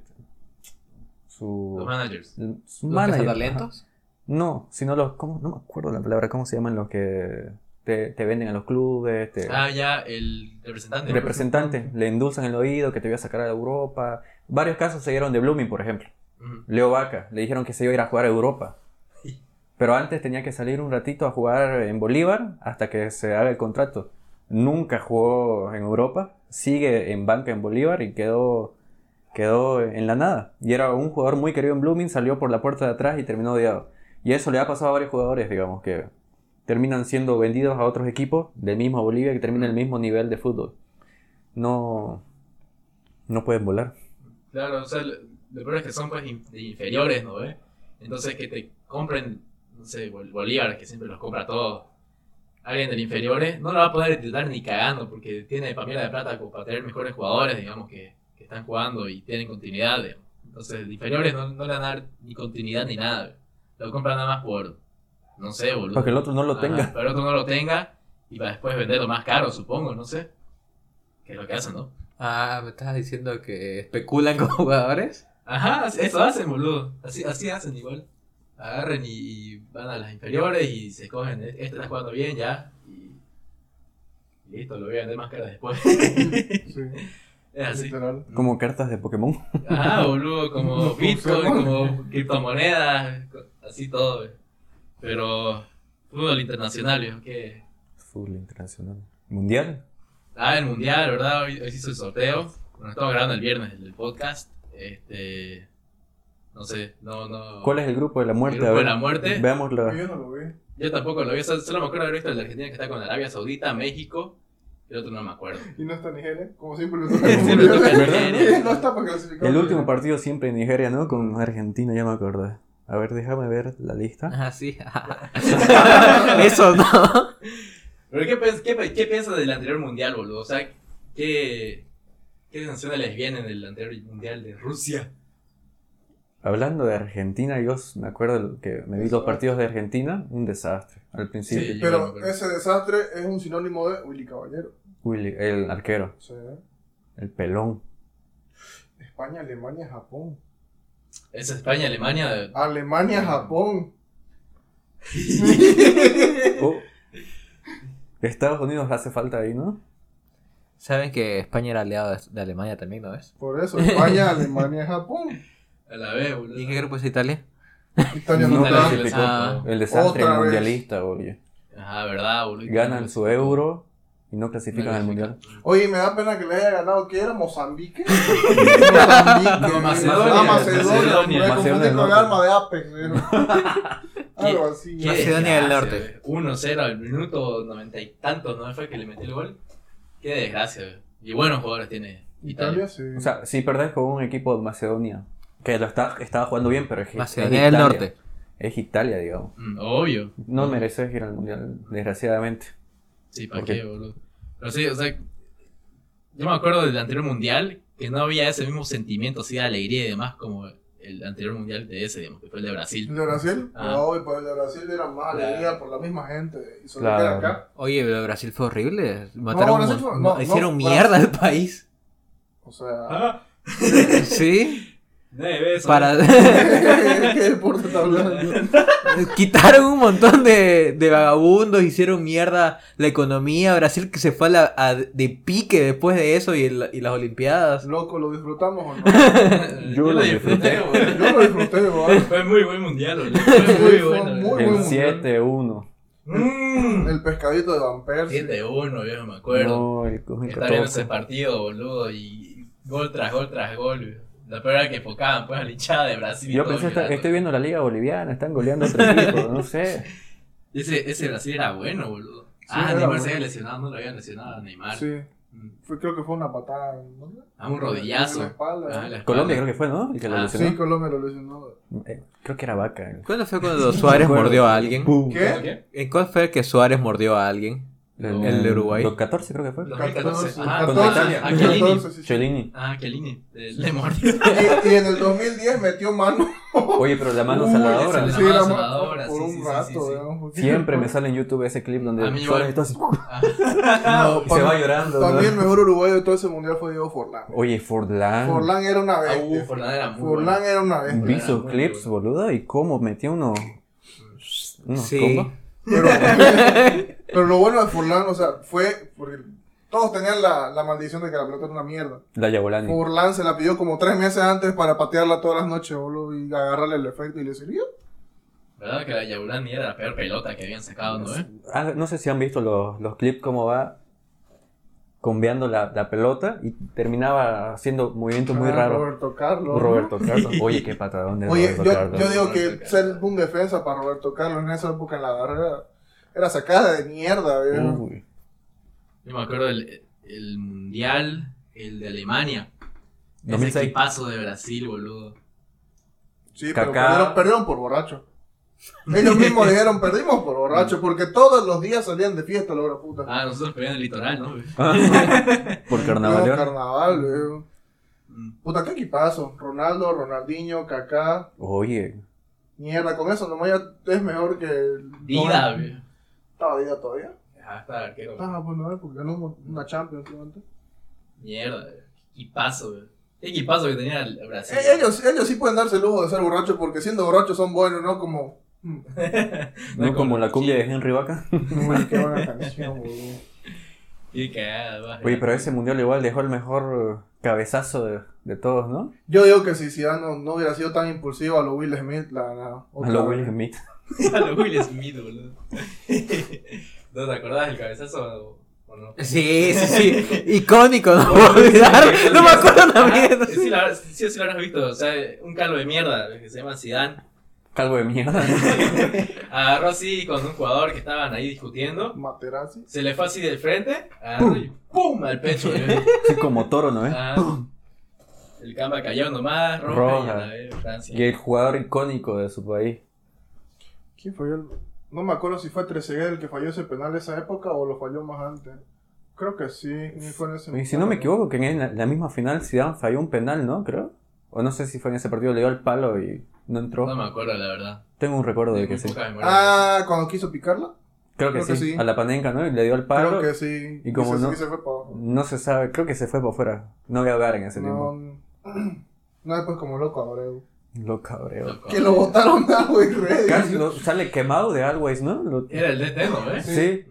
Su,
Los managers.
su
¿Los
manager, ajá.
talentos?
No, sino los, ¿cómo? no me acuerdo la palabra, ¿cómo se llaman los que te, te venden a los clubes? Te,
Ah, ya, el representante.
representante, le endulzan el oído, que te voy a sacar a Europa. Varios casos se dieron de Blooming, por ejemplo.
Ujú.
Leo Vaca, le dijeron que se iba a ir a jugar a Europa. Pero antes tenía que salir un ratito a jugar en Bolívar hasta que se haga el contrato. Nunca jugó en Europa, sigue en banca en Bolívar y quedó, quedó en la nada. Y era un jugador muy querido en Blooming, salió por la puerta de atrás y terminó odiado. Y eso le ha pasado a varios jugadores, digamos, que terminan siendo vendidos a otros equipos del mismo Bolivia que terminan el mismo nivel de fútbol. No, no pueden volar.
Claro, o sea, lo, lo peor es que son pues in- de inferiores, ¿no? ve? Entonces que te compren, no sé, Bol- Bolívar, que siempre los compra a todos. Alguien del inferiores no lo va a poder titular ni cagando porque tiene familia de plata como para tener mejores jugadores, digamos, que, que están jugando y tienen continuidad. digamos. Entonces, de inferiores no, no le van a dar ni continuidad ni nada. ve. Lo compran nada más por, no sé, boludo.
Para que el otro no lo
Ajá,
tenga.
Para el otro no lo tenga y para después venderlo más caro, supongo, no sé. Que es lo que hacen, ¿no?
Ah, ¿me estás diciendo que especulan con jugadores?
Ajá, eso hacen, boludo. Así, así hacen igual. Agarren y, y van a las inferiores y se cogen. Este está jugando bien ya. Y y listo, lo voy a vender más caro después. es
Sí,
así.
literal.
Como cartas de Pokémon.
Ajá, boludo. Como Bitcoin, como criptomonedas. co- Así todo, güey. Pero fútbol internacional, viejo, que.
Fútbol internacional. Mundial.
Ah, el mundial, ¿verdad? Hoy, hoy se hizo el sorteo. Bueno, estamos grabando el viernes el podcast. Este. No sé, no, no.
¿Cuál es el grupo de la muerte?
grupo
A ver,
de la muerte.
Veamos la.
Yo no lo vi.
Yo tampoco lo vi, solo, solo me acuerdo de haber visto el de Argentina que está con Arabia Saudita, México, y el otro no me acuerdo.
Y no está Nigeria, como siempre le toca.
Siempre toca Nigeria.
no está para clasificar.
El último partido siempre en Nigeria, ¿no? Con Argentina, ya me acordé. A ver, déjame ver la lista.
Ah, sí. Eso no.
Pero ¿qué, pens- qué, pe- qué piensas del anterior mundial, boludo? O sea, ¿qué, qué sensaciones les vienen del anterior mundial de Rusia?
Hablando de Argentina, yo s- me acuerdo que me vi los partidos de Argentina, un desastre. Al principio,
Sí.
Pero ese desastre es un sinónimo de Willy Caballero.
Willy, el arquero,
O sea,
el pelón.
España, Alemania, Japón.
Es España, Alemania. de-
Alemania, Japón.
Oh. Estados Unidos hace falta ahí, ¿no?
Saben que España era aliado de- de Alemania también, ¿no es?
Por eso, España, Alemania, Japón.
A la vez, boludo.
¿Y qué grupo es Italia?
Italia no
No
está.
Italia clasificó.
Ah.
El desastre
Otra vez.
mundialista, oye.
Ajá, ¿verdad, boludo?
Ganan su euro y no
No
clasifican al
clasifican.
mundial.
Oye, me da pena que le haya ganado. ¿Qué era? ¿Mozambique? Mozambique.
No, Macedonia.
Ah, Macedonia.
Macedonia.
Me confundí
Macedonia
con el
del
arma de Apex. ¿eh? Algo así.
¿Qué
Macedonia del
desgracia,
Norte.
güey. 1-0 al minuto noventa y tantos, ¿no? Fue que le metí el gol. Qué desgracia, güey. Y buenos jugadores tiene Italia.
Italia, sí.
O sea, si perdés con un equipo de Macedonia, que lo está, estaba jugando bien, pero es es
Macedonia del
Italia.
Norte.
Es Italia, digamos.
Mm, obvio.
No mereces ir al mundial, desgraciadamente.
Sí, ¿para
Ok.
qué, boludo? Pero sí, o sea, yo me acuerdo del anterior mundial que no había ese mismo sentimiento así de alegría y demás como el anterior mundial de ese, digamos, que fue el de
¿El
Brasil.
de Brasil?
Ah.
No, obvio, pero el de Brasil era más
Claro.
alegría por la misma gente. Y solo
Claro.
que era acá.
Oye, pero Brasil fue horrible. Mataron
Brasil
un
fue-
mon-
no, no,
hicieron
Brasil-
mierda al país.
O sea.
Ah,
Sí.
nueve veces.
Para...
¿Qué deporte está hablando?
Quitaron un montón de, de vagabundos, hicieron mierda la economía. Brasil que se fue a la- a- de pique después de eso y, el- y las Olimpiadas.
Loco, ¿lo disfrutamos o no?
yo
Yo
lo
lo
disfruté, boludo.
Yo lo disfruté, ¿verdad?
Fue muy buen mundial, boludo. Fue muy
fue
bueno.
muy
boludo.
el
buen mundial.
7-1.
Mm.
El pescadito de Van Persie.
7-1, viejo, me acuerdo.
No, el, el
Estar viendo ese
14.
partido, boludo, y gol tras gol tras gol. Lo peor era que enfocaban pues a la hinchada de Brasil. y
Yo
todo
pensé, está-
llorando.
estoy viendo la liga boliviana, están goleando a otro equipo, no sé.
Ese, ese Brasil era bueno, boludo.
Sí,
ah,
era
Neymar
bueno.
se había lesionado, no lo habían lesionado a Neymar.
Sí.
Mm.
Fue- creo que fue una patada. ¿no?
Ah, un
En la
rodillazo.
espalda.
Ah, en la
Colombia
espalda.
creo que fue, ¿no? El que lo
Ah,
lesionó.
sí, Colombia lo lesionó.
Eh, creo que era Vaca. el-
¿Cuándo fue cuando Suárez mordió a alguien?
Pum.
¿Qué?
¿Qué?
¿En cuál fue que Suárez mordió a alguien?
El-
el de Uruguay.
Los 14 creo que fue.
2014. Ah,
Contra
14.
Italia.
ah, Chiellini.
14, sí, sí.
Chelini.
Ah, Chiellini. Eh, Le mordió.
Y, y en el 2010 metió mano.
Oye, pero la mano
Uy,
saladora.
La
Sí,
mano
la mano
saladora,
Por
sí,
un
sí, sí,
rato,
sí, sí.
weón, porque-
Siempre me sale en YouTube ese clip donde
A mí igual.
Suárez está así,
Ah,
No,
y se va
para-
llorando. ¿no?
Para mí el mejor uruguayo de todo ese mundial fue Diego Forlán.
Oye, Forlán.
Forlán era una
ah, uh,
bestia.
Forlán era muy
Forlán
bueno.
era una bestia.
Vi sus
Forlán,
clips, boludo, y cómo metió uno. unos
Sí.
combos.
Pero, pero lo bueno de Forlán, o sea, fue porque todos tenían la, la maldición de que la pelota era una mierda.
La Yabolani.
Forlán se la pidió como tres meses antes para patearla todas las noches, boludo, y agarrarle el efecto y le sirvió.
¿Verdad que la Yabulani era la peor pelota que habían sacado, no? eh?
Ah, no sé si han visto los, los clips cómo va combeando la, la pelota y terminaba haciendo movimientos muy
Ah,
raros.
Roberto Carlos.
Roberto Carlos. Oye, qué patadón de
Oye,
Roberto
yo,
Carlos.
yo digo que
Roberto
ser
Carlos.
un defensa para Roberto Carlos en esa época en la barrera era sacada de mierda, viejo.
Uy.
Yo me acuerdo del el Mundial, el de Alemania. Ese
2006.
equipazo de Brasil, boludo.
Sí, pero
Kaká.
perdieron, perdieron por borracho. Ellos mismos dijeron, perdimos por borracho, porque todos los días salían de fiesta, la hora puta.
Ah, nosotros peleamos en el litoral, ¿no?
Ah, Por
Luego
carnaval.
carnaval, viejo.
Mm.
Puta, qué equipazo. Ronaldo, Ronaldinho, Kaká.
Oye,
Mierda, con eso nomás ya es mejor que... el-
Dida, güey.
Estaba Dida todavía.
Ah, está arquero.
Estaba bueno, eh, porque ganó una Champions ¿no? antes.
Mierda, güey. equipazo, güey. Qué Equipazo que tenía el Brasil.
Eh, ellos, ellos sí pueden darse el lujo de ser borrachos, porque siendo borrachos son buenos, ¿no? Como... mm,
no como la cumbia de Henry Vaca.
Uy, qué buena canción, boludo.
Y cagada, va.
Oye, pero ese mundial igual dejó el mejor eh, cabezazo de, de todos, ¿no?
Yo digo que si Zidane no, no hubiera sido tan impulsivo a lo Will Smith, la ganaba.
A lo Will Smith.
A lo Will Smith, boludo. ¿No te acordás del cabezazo o no?
Sí, sí, sí. Icónico, no puedo olvidar. No me acuerdo la mierda.
Ah, Sí, la, sí, sí lo habrás visto. O sea, un calvo de mierda que se llama Zidane.
Calvo de mierda.
Agarró así con un jugador que estaban ahí discutiendo.
Materazzi.
Se le fue así del frente. Agarró y ¡pum! al pecho. güey.
Sí, como toro, ¿no? eh?
Ah, el camba cayó nomás. Roja.
Roja.
Y a la vez Francia.
Y el jugador icónico de su país.
¿Quién falló? el- No me acuerdo si fue Trezeguet el que falló ese penal de esa época o lo falló más antes. Creo que sí. ni fue en ese
Y si no me equivoco, que en la, la misma final Zidane falló un penal, ¿no? Creo. O no sé si fue en ese partido, le dio al palo y no entró.
No me acuerdo, la verdad.
Tengo un recuerdo de
Tengo
que
muy
sí.
poca memoria.
Ah, cuando quiso picarla.
Creo que,
creo que
sí.
sí.
A la panenca, ¿no? Y le dio al palo.
Creo que sí.
Y como
se,
no-
y se fue para abajo.
No se sabe, creo que se fue para afuera. No voy a hablar en ese tiempo.
No, no, después como loco Abreu.
Lo cabreo.
Loco.
Que lo botaron a Wey Ready.
Casi lo- sale quemado de Always, ¿no? Lo-
Era el ¿eh? DT, ¿no? ¿ves?
Sí.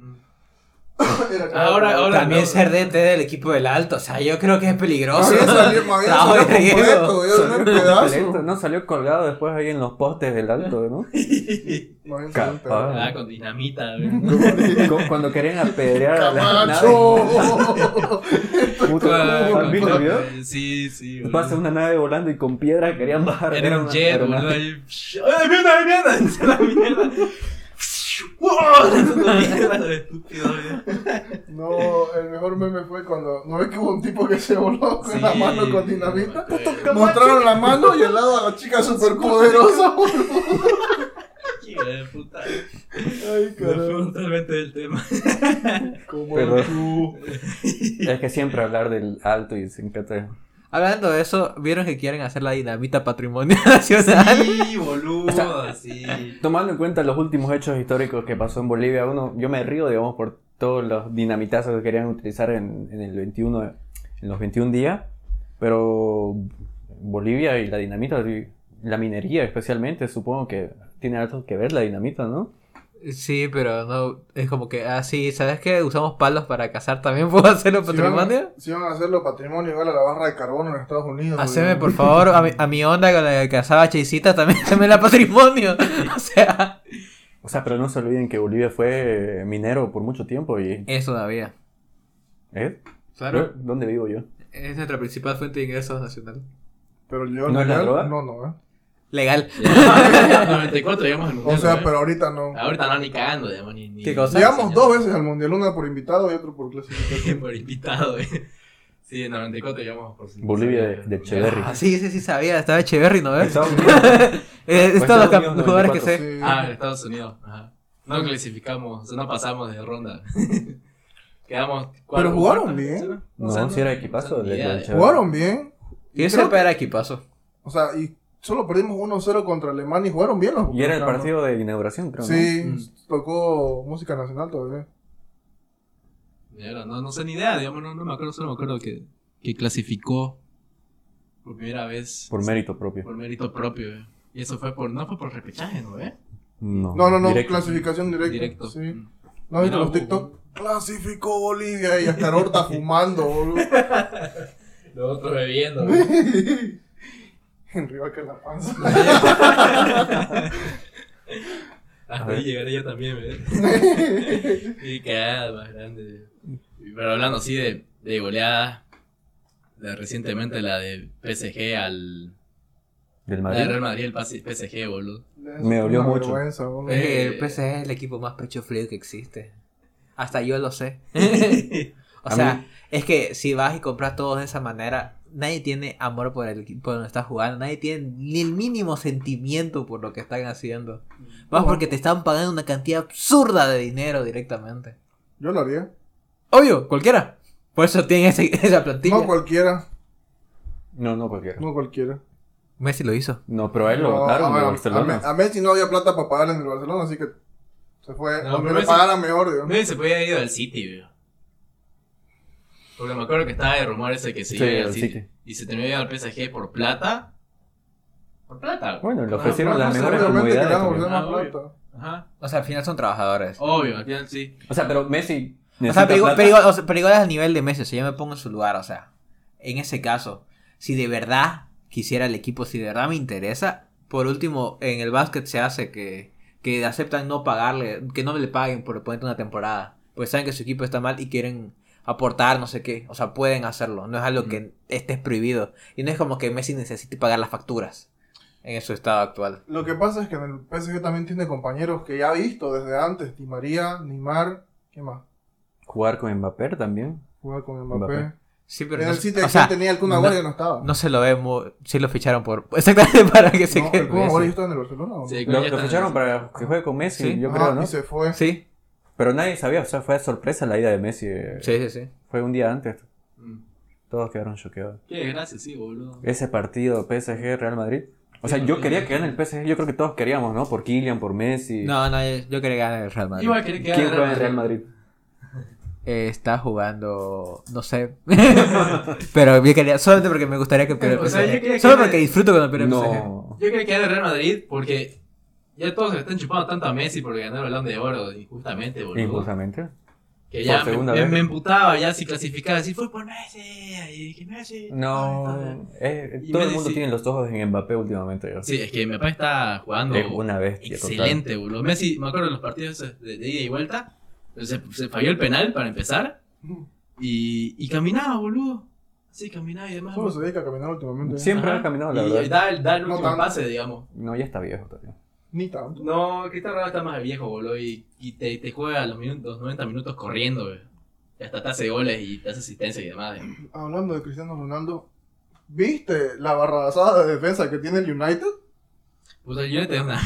Era chaval.
Ahora, ahora.
También
no.
ser DT del equipo del alto, o sea, yo creo que es
Me
peligroso.
había salido, me había
Trabajo
salido
de riesgo.
completo, yo no
Salió
era un
completo,
pedazo.
no salió colgado después ahí en los postes del alto, ¿no?
Me había salido un
Capaz.
Ah, con dinamita. güey.
Cu- Cuando querían apedrear a la nave.
¡Camacho!
Ah,
Puta, ¿has
con-
visto el
con-
video?
Sí, sí. boludo.
Pasa una nave volando y con piedra querían bajar.
Era un
una
jet,
aeronave.
boludo. ahí. ¡Ay, mierda, ay, mierda! Dice la mierda. ¡Wow! La mierda de estúpido, güey.
No, el mejor meme fue cuando. ¿No ves que hubo un tipo que se voló con
Sí,
la mano con dinamita?
me acuerdo.
Mostraron la mano y al lado a la chica superpoderosa, boludo.
Hijo de puta.
Ay,
Me fui
carajo.
totalmente del tema.
Como
Pero-
tú.
Es que siempre hablar del alto y sin cate.
Hablando de eso, ¿vieron que quieren hacer la dinamita patrimonio nacional?
Sí, boludo, sí.
Tomando en cuenta los últimos hechos históricos que pasó en Bolivia, uno, yo me río, digamos, por todos los dinamitazos que querían utilizar en, en el 21, de- en los 21 días, pero Bolivia y la dinamita, y la minería especialmente, supongo que tiene algo que ver la dinamita, ¿no?
Sí, pero no, es como que, ah, sí, ¿sabes qué? Usamos palos para cazar, ¿también puedo hacerlo
Si van,
patrimonio?
si van a hacerlo patrimonio igual a la barra de carbono en Estados Unidos.
Haceme
boludo.
por favor a mi, a mi onda con la que cazaba Chisita también, también la patrimonio. O sea,
O sea, pero no se olviden que Bolivia fue eh, minero por mucho tiempo y...
eso todavía.
¿Eh? ¿Dónde vivo yo?
Es nuestra principal fuente de ingresos nacional.
Pero yo
¿No es la
legal,
droga?
No, no, ¿eh?
Legal.
Ya, 94 llegamos al mundial.
O sea,
¿no?
pero ahorita no.
Ah,
Ahorita no, ni cagando, digamos, ni... ni-
¿Qué cosa?
Llegamos
ni-
dos veces al mundial, una por invitado y otra por clasificación.
Por invitado, eh. Sí, en 94 llegamos por...
Bolivia de- de Echeverri.
Ah, sí, sí, sí, sabía. Estaba Echeverry, ¿no ves?
Estados Unidos.
Eh, es
Pues
todos los
Estados
cam-
Unidos
jugadores que
94,
sé.
Ah, en Estados Unidos. Ajá. No clasificamos, o sea, no pasamos de ronda. Quedamos cuatro.
Pero jugaron
cuartos,
bien.
¿sí?
No, sí era equipazo
ni
de-
idea,
de
ya.
Sí. Jugaron bien.
Yo
Creo
siempre era equipazo.
O sea, y solo perdimos 1-0 contra Alemania y jugaron bien los
Y era el
mexicanos.
partido de inauguración, creo. ¿no?
Sí,
Mm.
tocó música nacional todavía.
Mierda, No, no sé ni idea, digamos, no, no me acuerdo, solo me acuerdo que, que clasificó por primera vez
Por mérito propio.
por mérito propio. eh. Y eso fue por, no fue por repechaje, ¿no? Eh?
No,
No, no, no,
Ah, directo.
clasificación directa.
Directo.
Sí.
Mm.
¿No viste
No, uh.
los
hubo-
TikTok? Clasificó Bolivia y hasta ahora está fumando, boludo.
Los otros bebiendo. güey.
en Rivaca la panza.
Hasta ahí llegaré yo también, ¿eh? ¿verdad? y cagada más grande. Pero hablando así de, de goleadas, de recientemente la de PSG al. La de
Del Madrid.
Real Madrid, el pase- PSG, boludo.
Me dolió
Una
mucho.
vergüenza, boludo.
Eh.
El PSG es el equipo más pecho frío que existe. Hasta yo lo sé. o
A mí-
sea, es que si vas y compras todo de esa manera, nadie tiene amor por el equipo donde estás jugando. Nadie tiene ni el mínimo sentimiento por lo que están haciendo. Vas porque te están pagando una cantidad absurda de dinero directamente.
Yo lo haría.
Obvio, cualquiera. Por eso tienen ese- esa plantilla.
No cualquiera.
No, no cualquiera.
No cualquiera.
Messi lo hizo.
No, pero a él lo
No,
votaron
a
de
ver,
Barcelona.
A, a Messi no había plata para pagarle en el Barcelona, así que se fue.
No,
No,
pero
me
Messi-
pagaran mejor, digo.
Messi se podía haber ido al City, güey. Porque me acuerdo que estaba de rumor ese que se
Sí,
iba a ir al
al
City.
City.
Y se terminó yendo al PSG por plata. Por plata. güey.
Bueno, le
Ah,
ofrecieron
No,
las
no,
mejores
seguramente que le van a
comodidades.
ofrecer
también.
más
Ah, obvio.
plata.
Ajá.
O sea, al final son trabajadores.
Obvio, al final sí.
O sea, pero Messi.
O sea,
necesita
pero igual,
plata.
pero igual- o sea, pero igual es a nivel de Messi, o sea, yo me pongo en su lugar, o sea, en ese caso, si de verdad quisiera el equipo, si de verdad me interesa, por último, en el básquet se hace que, que aceptan no pagarle, que no le paguen por ponerte una temporada, pues saben que su equipo está mal y quieren aportar no sé qué, o sea, pueden hacerlo, no es algo que estés prohibido, y no es como que Messi necesite pagar las facturas en su estado actual.
Lo que pasa es que en el PSG también tiene compañeros que ya ha visto desde antes. Di María, Neymar, ¿qué más?
Jugar con Mbappé también.
Jugaba con Mbappé.
Mbappé.
Sí,
En
pero
el
no,
City
o sea,
tenía el Kun Agüero y no estaba.
no se lo ve muy, sí lo ficharon por, exactamente para que se
No,
quede
¿El Kun Agüero
Messi.
ya estaba en el Barcelona o no?
Sí,
Lo,
ya
lo
está-
ficharon para que juegue con Messi,
Sí.
yo
Ah,
creo, ¿no?
Y se fue.
Sí,
Pero nadie sabía, o sea, fue sorpresa la ida de Messi. eh,
sí, sí, sí.
Fue un día antes.
Mm.
Todos quedaron choqueados.
Qué desgracia, sí, boludo.
Ese partido PSG-Real Madrid. O sea,
Sí,
yo
sí.
quería que gane el PSG. Yo creo que todos queríamos, ¿no? Por Kylian, por Messi.
No, no, yo, yo quería ganar el Real Madrid.
Iba a querer quedar
¿Quién juega en el Real Madrid?
Eh, está jugando, no sé. pero yo quería, solamente porque me gustaría que pierda el
O sea, yo
PSG.
quería que
Solo
gane-
porque disfruto cuando pierde el PSG.
No.
Yo creo que era Real Madrid porque ya todos se están chupando tanto a Messi por ganar el balón de oro injustamente, boludo.
Injustamente.
Que ya
Por
me,
segunda
me-
vez.
me emputaba ya si clasificaba, si fue por Messi. Y dije, Messi. ay,
No. eh,
Y
todo el
Messi
mundo
sí.
tiene los ojos en Mbappé últimamente. yo.
está- Sí, es que mi papá está jugando
Es una bestia. total.
excelente, boludo. Messi, me acuerdo de los partidos esos de, de ida y vuelta, se, se falló el penal para empezar y, y caminaba, boludo. Sí, caminaba y demás.
Solo se
boludo.
dedica a caminar últimamente.
Siempre
Ajá.
ha caminado, la
y,
verdad.
Y da, el- da el
No
último
tanto.
pase, digamos.
No, ya está viejo todavía.
Ni tanto.
No, Cristiano Ronaldo está más viejo, boludo, y, y te, te juega a los, minutos, los 90 minutos corriendo, güey. Y hasta te hace goles y te hace asistencia y demás. güey.
Hablando de Cristiano Ronaldo, ¿viste la barrabasada de defensa que tiene el United?
Puta, yo no te una...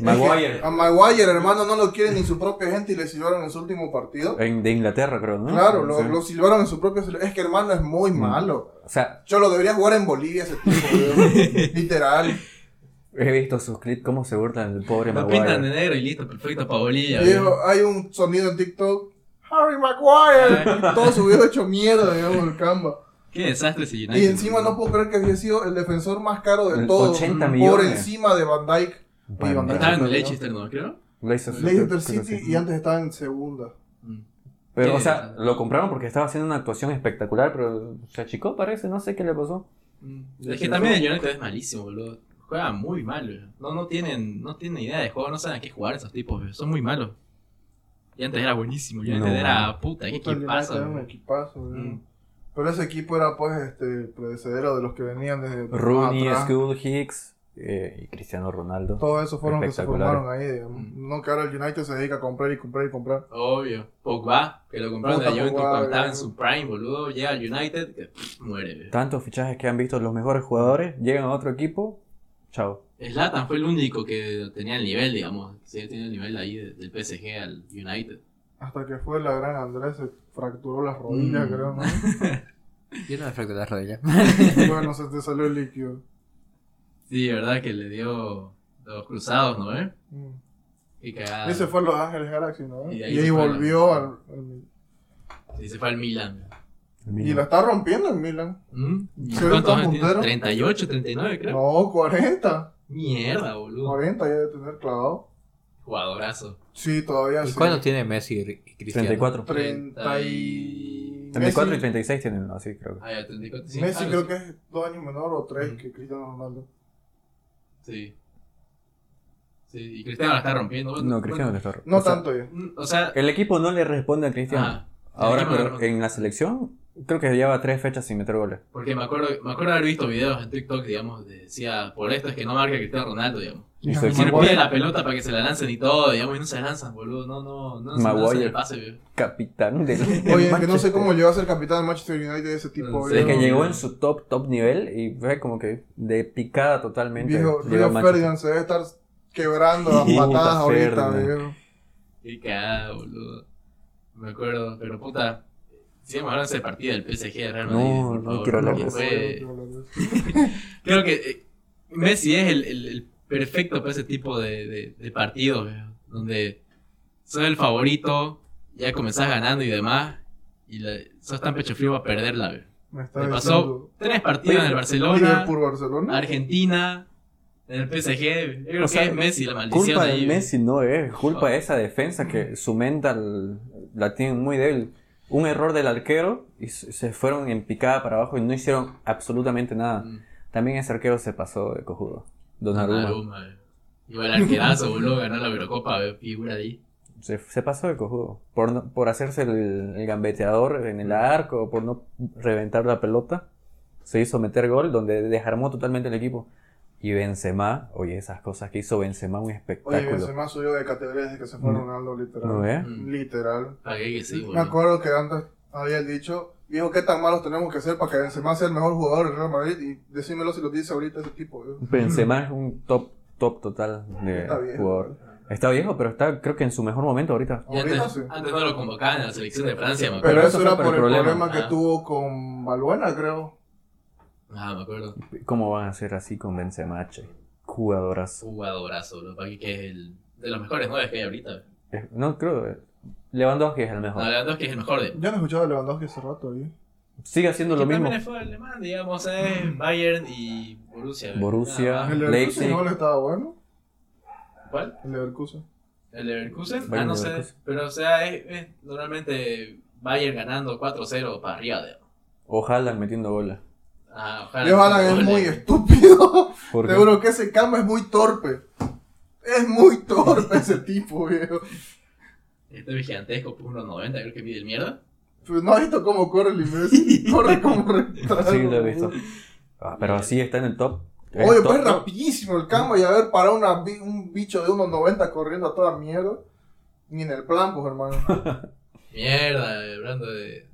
Maguire.
A Maguire, hermano, no lo quiere ni su propia gente y le silbaron en su último partido.
En- de Inglaterra, creo, Eh, ¿no?
Claro, lo,
Sí.
lo silbaron en su propia sele- Es que, hermano, es muy
Mm.
malo.
O sea,
Yo lo debería jugar en Bolivia ese tipo, weón. literal.
he visto sus clips, cómo se burlan del pobre
Lo
Maguire.
pintan de negro y listo, perfecto para Bolivia,
Y dijo,
güey.
hay un sonido en TikTok. Harry Maguire. Y Todo su video hecho mierda, digamos, el Canva.
Qué desastre ese United.
Y encima
boludo.
no puedo creer que había sido el defensor más caro de
El
todos.
80
Por
millones.
encima de Van Dyke.
Van
Van
Dijk.
Estaba en el
Dyke, ¿no?
Leicester, ¿no? Creo.
Leicester,
Leicester
creo que
City
sí.
y antes estaba en segunda.
Mm.
Pero, o
Sí,
sea,
sí.
lo compraron porque estaba haciendo una actuación espectacular, pero se achicó, parece, no sé qué le pasó.
Mm. Es que también el United es malísimo, boludo. Juega muy mal, güey. No, no, tienen, no tienen idea de juego, no saben a qué jugar esos tipos, güey. Son muy malos. Y antes era buenísimo, United
No.
era puta, qué
Puta, el United
equipazo,
era un
güey.
equipazo, weón.
Mm.
Pero ese equipo era pues este predecedero de los que venían desde más
Rooney,
Ah, atrás.
Skull, Hicks eh, y Cristiano Ronaldo.
Todos esos fueron los que se
Espectaculares.
formaron ahí, digamos.
Mm.
No que ahora el United se dedica a comprar y comprar y comprar.
Obvio. Pogba, que lo compraron de la
Puta,
Juventus
Pogba,
cuando estaba en
bro.
su prime, boludo. Llega al United, que pff, muere.
Tantos fichajes que han visto los mejores jugadores, llegan a otro equipo, chao.
Slatan fue el único que tenía el nivel, digamos. Sí, tenía el nivel ahí de- del PSG al United.
Hasta que fue la gran Andrés, se fracturó las rodillas,
Mm.
creo, ¿no?
Yo no me fracturé la rodilla.
Y bueno, se te salió el líquido.
Sí, verdad que le dio los cruzados, ¿no? ¿Eh?
Mm.
Y cagada.
Ese fue a Los Ángeles Galaxy, ¿no?
Y
Y
de
ahí,
ahí se fue
volvió
al-
al- al-
Sí, se fue al Milan.
Y la está rompiendo en Milan.
¿Mm? ¿Y
¿Se
¿Cuántos
ve
años
tan
tiene?
puntero?
38, 39, creo.
No, 40.
Mierda, boludo.
40 ya debe tener clavado.
Jugadorazo.
Sí, todavía
¿Y
sí.
cuándo tiene Messi y Cristiano?
34.
30 y...
34 y
Messi-
36 tienen, así creo.
Ah, ya, 34, sí.
Messi
Ah,
creo
sí.
que es dos años menor o tres
Ujú.
que Cristiano Ronaldo.
Sí. Sí, y Cristiano la está rompiendo. bueno,
No, Cristiano
bueno,
le está
No
o sea,
tanto ya.
mm, O sea,
El equipo no le responde a Cristiano.
ah,
Ahora,
el equipo
pero
no-
en la selección, creo que lleva tres fechas sin meter goles.
porque me acuerdo, me acuerdo haber visto videos en TikTok, digamos, de- decía, por esto es que no marca Cristiano Ronaldo, digamos.
Y su
Ajá.
Si le
equipo
pide la pelota para que se la lancen y todo, digamos, y no se la lanzan, boludo. No, no, no se lanzan
Maguire.
el pase, viejo.
capitán del.
Oye, es que no sé
Manchester.
cómo llegó a ser capitán de Manchester United de ese tipo.
Sí,
Es
viejo.
que llegó en su top, top nivel y fue como que de picada totalmente.
Viejo,
Llegó
Río
a Manchester.
Ferdinand se debe estar quebrando a
Puta
patadas ahorita,
Ferdinand.
viejo.
Qué cagada, boludo. Me acuerdo, pero puta. Si hemos hablado de ese partido del PSG de Real
No,
Madrid.
no
por favor,
quiero hablar
porque
de
No,
eso.
fue-
no, no, no, no.
Creo que eh, Messi es el, el- el perfecto para ese tipo de, de, de partidos, viejo, donde sos el favorito, ya comenzás ganando y demás, y la- sos tan pecho frío para perderla. viejo.
Me está
Te
diciendo.
pasó tres partidos en el Barcelona,
Liverpool Barcelona.
Argentina, en el PSG. viejo. Yo creo
O sea,
que es Messi la maldición.
Culpa
ahí,
de
viejo.
Messi no es, culpa
Ah.
de esa defensa que su mental la tienen muy débil. Un error del arquero y se se fueron en picada para abajo y no hicieron absolutamente nada.
Mm,
También ese arquero se pasó de cojudo.
Ah,
Donnarumma.
Donnarumma, viejo. Igual arquerazo, boludo, ganó la Eurocopa, viejo, figura ahí.
Se, se pasó de cojudo. Por, no- por hacerse el, el gambeteador en el arco, por no reventar la pelota, se hizo meter gol donde desarmó totalmente el equipo. Y Benzema, oye, esas cosas que hizo Benzema, un
Oye,
espectáculo.
Benzema subió de categoría desde que se fue
No.
Ronaldo, literal.
¿No ves?
Mm,
Literal.
pa' qué que sí,
Me
boludo.
acuerdo que antes había dicho, viejo, ¿qué tan malos tenemos que ser para que Benzema sea el mejor jugador del Real Madrid? Y decímelo si lo dice ahorita ese tipo, eh. viejo.
Benzema es un top, top total de
Está viejo.
jugador. Está viejo, pero está creo que en su mejor momento ahorita.
Y antes,
Ahorita sí.
antes no lo convocaban a la selección de Francia, me
Pero
acuerdo.
eso era
fue
por el problema, que
Ah.
tuvo con Balbuena, creo.
Ah, me acuerdo.
¿Cómo van a ser así con Benzema, che? Jugadorazo.
Jugadorazo, bro. Para que es el de los mejores nueve que hay ahorita.
Eh, No, creo. Lewandowski es el
No,
mejor.
Lewandowski es el mejor de.
Yo no escuchaba a Lewandowski hace rato, ¿eh? viejo.
Sigue haciendo lo
Que
mismo.
También fue alemán, digamos, es Bayern y Borussia. bro.
Borussia.
Nada
El
más.
Leipzig.
Leverkusen no le estaba bueno.
¿Cuál?
El Leverkusen.
¿El Leverkusen? Ah,
Bayern
no sé.
Leverkusen.
Pero o sea, es, es normalmente Bayern ganando 4-0 para arriba, digamos.
Ojalá metiendo bola.
Ah, ojalá.
Yo Haaland es
Ole.
muy estúpido.
¿Por qué?
Seguro que ese cambio es muy torpe. Es muy torpe ese tipo, viejo.
Este es gigantesco, pues 1.90, creo que mide el mierda.
Pues no has visto cómo corre el imbécil. Corre como retrasado.
Sí, lo he visto. Ah, pero así está en el top. El
Oye,
top,
pues
top.
rapidísimo el cambio y a ver para una, bi- un bicho de 1.90 corriendo a toda mierda. Ni en el plan, pues, hermano.
Mierda, eh, hablando de,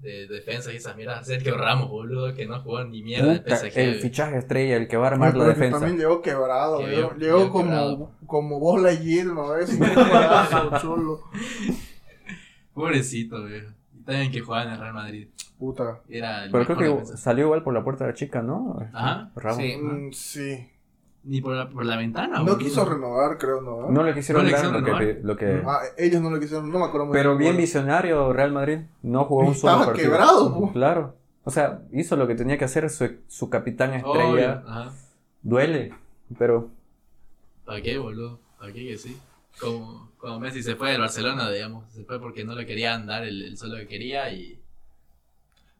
de, de defensa y esas mierdas. Sergio Ramos, boludo, que no jugó ni mierda en
Puta,
PSG.
el
güey.
fichaje estrella, el que va a armar
Pero
la
que
defensa.
también llegó quebrado,
Que
viejo.
llegó-
llegó
llegó
como,
quebrado.
como vos la ¿no ves? Un pedazo, chulo.
Pobrecito, viejo. Y también que jugaba en el Real Madrid.
Puta.
Era el
Pero creo
mejor
que
defensa.
salió igual por la puerta de la chica, ¿no?
Ajá.
Ramos.
Sí.
Mm, sí.
Ni por la, por la ventana,
No
boludo.
quiso renovar, creo, ¿no?
No le quisieron
No le
dar
quisieron
lo que,
renovar.
pi- lo que...
Ah, ellos no lo quisieron, no me acuerdo muy
Pero bien
bueno.
visionario Real Madrid. No jugó un
Estaba
solo partido.
quebrado, po.
Claro. O sea, hizo lo que tenía que hacer su, su capitán
Obvio,
estrella.
Ajá.
Duele, pero
¿Para qué, boludo? ¿Para qué que sí? Como, como Messi se fue del Barcelona, digamos. Se fue porque no le querían dar el, el sueldo que quería y.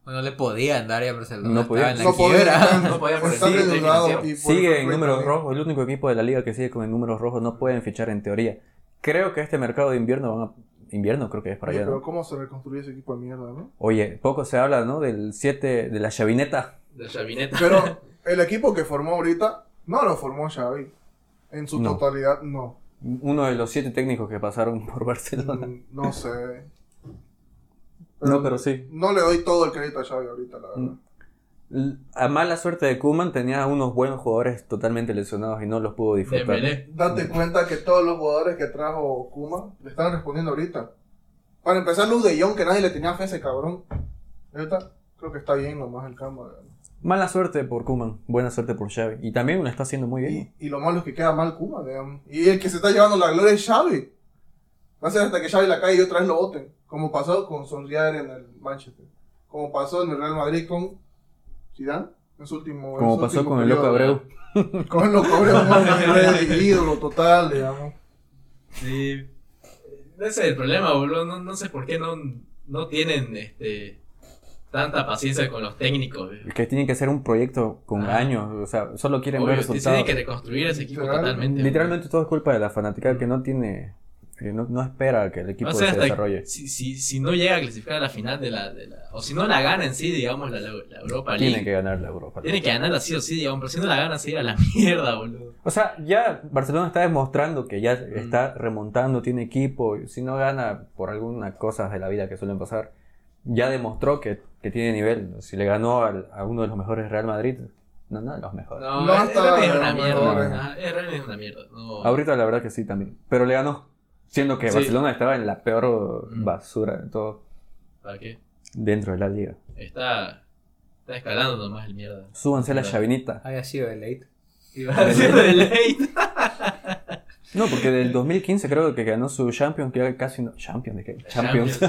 Bueno, no le podía andar ya a Barcelona.
No podía.
Estaba en la
No podía,
quiebra.
No podía por el
estar
límite
endeudado
financiero.
y por-
sigue en
por-
números rojos. El único equipo de la liga que sigue con el números rojos no pueden fichar en teoría. Creo que este mercado de invierno van a invierno, creo que es para
Oye,
allá.
Pero
¿no?
cómo se reconstruyó ese equipo de mierda, ¿no?
Oye, poco se habla, ¿no? Del 7, de la chavineta.
Del Chavineta.
Pero el equipo que formó ahorita no lo formó Xavi. En su
No.
totalidad, no.
Uno de los siete técnicos que pasaron por Barcelona.
Mm, No sé.
No, pero sí. Mm.
No le doy todo el crédito a Xavi ahorita, la verdad.
L- A mala suerte de Kuman tenía unos buenos jugadores totalmente lesionados y no los pudo disfrutar.
Dembélé.
Date cuenta que todos los jugadores que trajo Kuma le están respondiendo ahorita. Para empezar, Luz de Jong, que nadie le tenía fe a ese cabrón. Ahorita creo que está bien nomás el cambio. ¿verdad?
Mala suerte por Kuman, buena suerte por Xavi. Y también lo está haciendo muy bien.
Y, y lo malo es que queda mal Kuma, digamos. Y el que se está llevando la gloria es Xavi. Va a ser hasta que Xavi la caiga y otra vez lo voten. Como pasó con Sonriar en el Manchester. Como pasó en el Real Madrid con Zidane. En su último en
Como
su
pasó
último
con el loco
periodo.
Abreu.
Con el loco Abreu, un hombre ídolo total, digamos.
Sí. Ese es el problema, boludo. No, no sé por qué no, no tienen este, tanta paciencia con los técnicos. eh.
Que tienen que hacer un proyecto con
Ah.
años. O sea, solo quieren
Obvio,
ver
sí,
resultados.
tienen que reconstruir ese equipo
Literal-
totalmente.
Literalmente todo es culpa de la fanática que no tiene. que no, no espera que el
boludo.
equipo
Va a ser
se
hasta
desarrolle.
si, si, si no llega a clasificar a la final de la, de la- O si no la gana en sí, digamos, la, la- la Europa League.
Tiene que ganar la Europa.
Tiene que ganarla sí o sí, digamos. Pero si no la gana, se irá a la mierda, boludo.
O sea, ya Barcelona está demostrando que ya
Mm.
está remontando, tiene equipo. y Si no gana por algunas cosas de la vida que suelen pasar, ya demostró que, que tiene nivel. Si le ganó al- a uno de los mejores Real Madrid, no, no de los mejores.
No,
No,
el- el
está-
Real es una
no,
mierda.
no.
ah, El Real es una mierda. No.
Ahorita la verdad que sí también. Pero le ganó. Siendo que
Sí.
Barcelona estaba en la peor
Mm.
basura de todo
¿Para qué?
dentro de la liga.
Está, está escalando nomás el mierda.
Súbanse a la
Claro.
chavinita.
Había sido de late.
Iba a decir de ley.
No, porque del 2015 creo que ganó su Champions, que casi no. Champions, ¿de qué? Champions.
¿De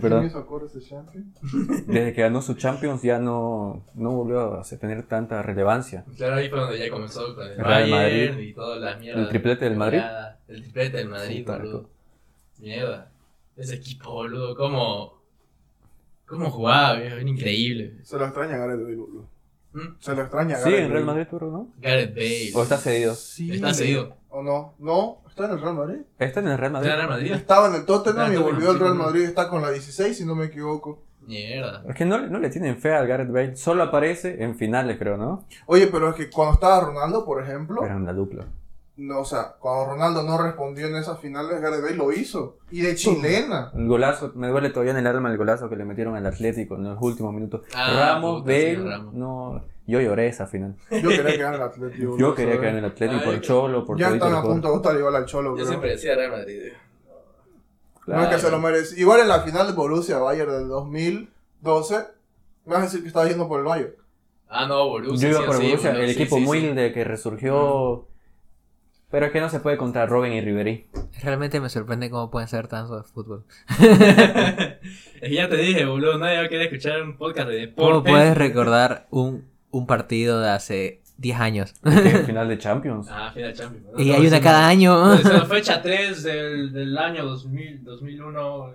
Perdón.
quién hizo acuerdo ese champion?
Desde que ganó su Champions ya no, no volvió a tener tanta relevancia.
Claro, ahí fue donde ya comenzó con el
Real
Bayern
Madrid.
y todas las mierdas.
El triplete del Madrid.
El triplete del Madrid,
Puta,
boludo. Mierda. Ese equipo, boludo, cómo... Cómo jugaba, viejo, era increíble.
Se lo extraña Gareth Bale, boludo.
¿Mm?
Se lo extraña
Sí,
Gareth
en Real
Bale.
Madrid Turo, ¿no?
Gareth Bale.
O está cedido.
Sí.
Está cedido.
¿O no? No, está en el Real Madrid.
Está en el Real Madrid.
¿Está en Real Madrid?
Estaba en el Tottenham
Ah,
y
Tottenham,
volvió al
sí,
Real
sí.
Madrid. Está con la 16, si no me equivoco.
Mierda.
Es que no, no le tienen fe al Gareth Bale. Solo aparece en finales, creo, ¿no?
Oye, pero es que cuando estaba Ronaldo, por ejemplo,
Eran la dupla.
no, o sea, cuando Ronaldo no respondió en esas finales, Gareth Bale lo hizo. Y de chilena.
El golazo, me duele todavía en el alma el golazo que le metieron al Atlético en los últimos minutos.
Ah,
Ramos,
puta, sí,
Bale,
Ramos.
no... Yo lloré esa final.
Yo quería que ganara el Atlético.
Yo quería que en el Atlético
Ah,
por
yo-
Cholo, por
Ya
todito
están
el
a
juego.
punto de gustar igual al Cholo,
Yo
creo.
siempre decía Real Madrid. viejo.
No es que
Claro.
se lo merece. Igual en la final de Borussia Bayern del 2012, me vas a decir que estaba yendo por el Bayern.
Ah, no, Borussia.
Yo iba
sí o
por
sí,
Borussia,
boludo,
el
sí,
equipo
sí,
muy
sí.
de que resurgió. Pero es que no se puede contra Robin y Ribery.
Realmente me sorprende cómo pueden ser tanto de fútbol.
es que ya te dije, boludo, nadie va a querer escuchar un podcast de
¿Cómo
deporte.
puedes recordar un, un partido de hace 10 años?
Que final de Champions.
Ah, final Champions. ¿no?
y
No,
hay una
sí,
cada
no.
año.
Pues, en la fecha 3 del, del año 2000, 2001. eh,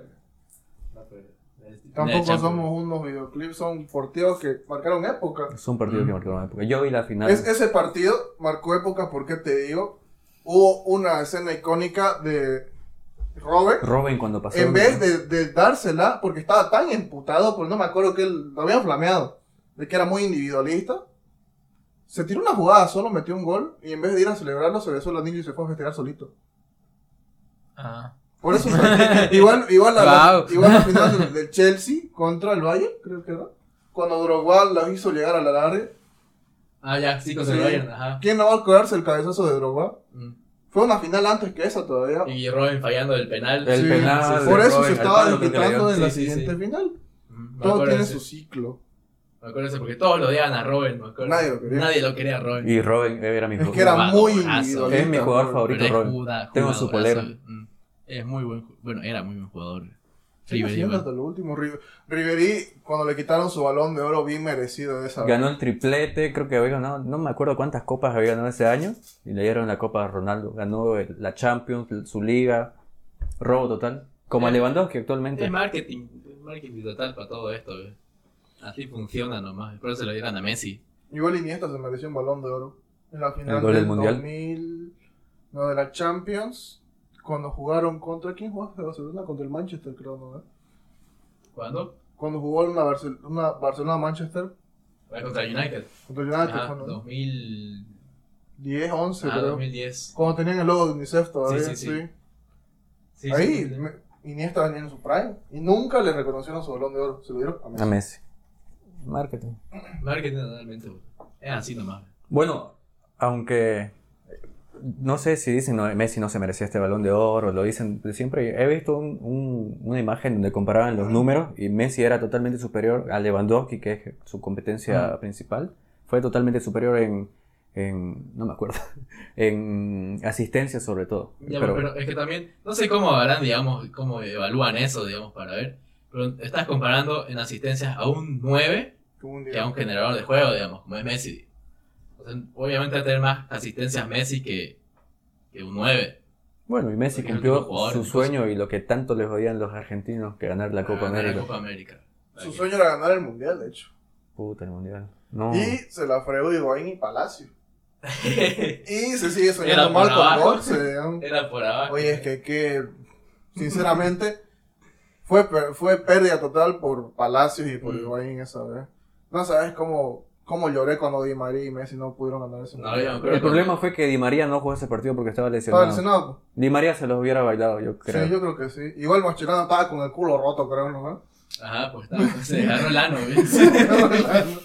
no, pero, eh,
Tampoco
Champions.
somos unos videoclips, son partidos que marcaron época.
Es un partido que marcó una época. Yo vi la final.
Es, ese partido marcó época porque te digo, hubo una escena icónica de Robert.
Robin cuando pasó.
En vez de, de dársela, porque estaba tan emputado, porque no me acuerdo que él lo habían flameado, de que era muy individualista, se tiró una jugada, solo metió un gol y en vez de ir a celebrarlo, se besó el anillo y se fue a festejar solito.
Ah.
Por eso, igual, igual, la, la-
Wow.
igual la final del, del Chelsea contra el Bayern, creo que era, cuando Drogba los hizo llegar al área.
Ah, ya, sí, con
Sí.
el Bayern, ajá.
¿Quién no va a acordarse el cabezazo de Drogba?
Mm.
Fue una final antes que esa todavía.
Y Robin fallando del penal.
El
Sí,
penal
sí,
de
Por eso
Robin,
se
el
estaba
palo que le
disputando
dio.
en
Sí,
la
sí,
siguiente
sí.
final.
Mm, me
Todo
acuerdo
tiene
ese,
su ciclo.
Me acuerdo ese, porque todos lo odiaban a Robin, me acuerdo.
Nadie lo quería.
Nadie lo quería a Robin.
Y Robin era mi
Es que
jugador.
era muy
Jugadorazo.
individualista.
Es mi jugador
bro.
favorito.
Pero es
Robin.
juda-
Tengo su
jugadorazo.
polera.
Mm. Es muy buen ju- Bueno, era muy buen jugador.
Sigue
Ribery,
siendo
bueno.
hasta lo último. Ri- Ribery, cuando le quitaron su balón de oro, bien merecido de esa.
Ganó el triplete, creo que había ganado, no me acuerdo cuántas copas había ganado ese año. Y le dieron la copa a Ronaldo. Ganó el- la Champions, su liga. Robo total. Como a
Eh,
Lewandowski actualmente.
Es marketing, es marketing total para todo esto, güey. Así funciona nomás. Por eso se lo dieron a Messi.
Igual Iniesta se mereció un balón de oro. En la final
gol del
del
Mundial.
2000, no, de la Champions, cuando jugaron contra quién jugó Barcelona contra el Manchester, creo, ¿no? eh?
¿Cuándo?
Cuando jugó una, Barcel- una Barcelona Manchester
Fue contra United.
contra el United,
Ajá,
Ah, fue, ¿no?
2000...
10, 11,
ah,
creo.
2010.
Cuando tenían el logo de UNICEF todavía,
Sí, sí,
sí.
sí. Sí,
Ahí,
sí, sí.
me- Iniesta venía en su prime y nunca le reconocieron su balón de oro, se lo dieron a Messi.
A Messi. Marketing.
Marketing totalmente. güey. Es así nomás.
Bueno, aunque eh, no sé si dicen no, Messi no se merecía este balón de oro, lo dicen de siempre. He visto un- un- una imagen donde comparaban los números y Messi era totalmente superior a Lewandowski, que es su competencia principal. Fue totalmente superior en, en- no me acuerdo, en asistencia sobre todo.
Ya,
Pero
pero, es que también, no sé cómo harán, digamos, cómo evalúan eso, digamos, para ver. Pero estás comparando en asistencias a un 9
Tuvo un
que a
día.
un generador de juego, digamos, como es Messi. O sea, obviamente va a tener más asistencias Messi que, que un 9.
bueno, y Messi
Porque es el
cumplió
último jugador,
su
entonces.
sueño y lo que tanto les odian los argentinos, que ganar la Copa
Ah,
América.
La Copa América.
Su sueño era ganar el mundial, de hecho.
Puta, el mundial. No.
Y se la fregó Higuaín y Palacio. Y se sigue
Era
soñando
por
mal con
abajo.
Gorse. ¿no?
Era por abajo.
Oye, es que, que sinceramente fue, per- fue pérdida total por Palacios y por
Mm.
Higuaín esa vez. No sabes cómo, cómo lloré cuando Di María y Messi no pudieron ganar ese
No,
mundial.
yo me acuerdo
El problema
cuando-
fue que Di María no jugó ese partido porque estaba
Estaba
lesionado.
lesionado.
Di María se los hubiera bailado, yo creo.
Sí, yo creo que sí. Igual Mascherano estaba con el culo roto, creo, ¿no?
Ajá, pues estaba- se agarró el ano, güey.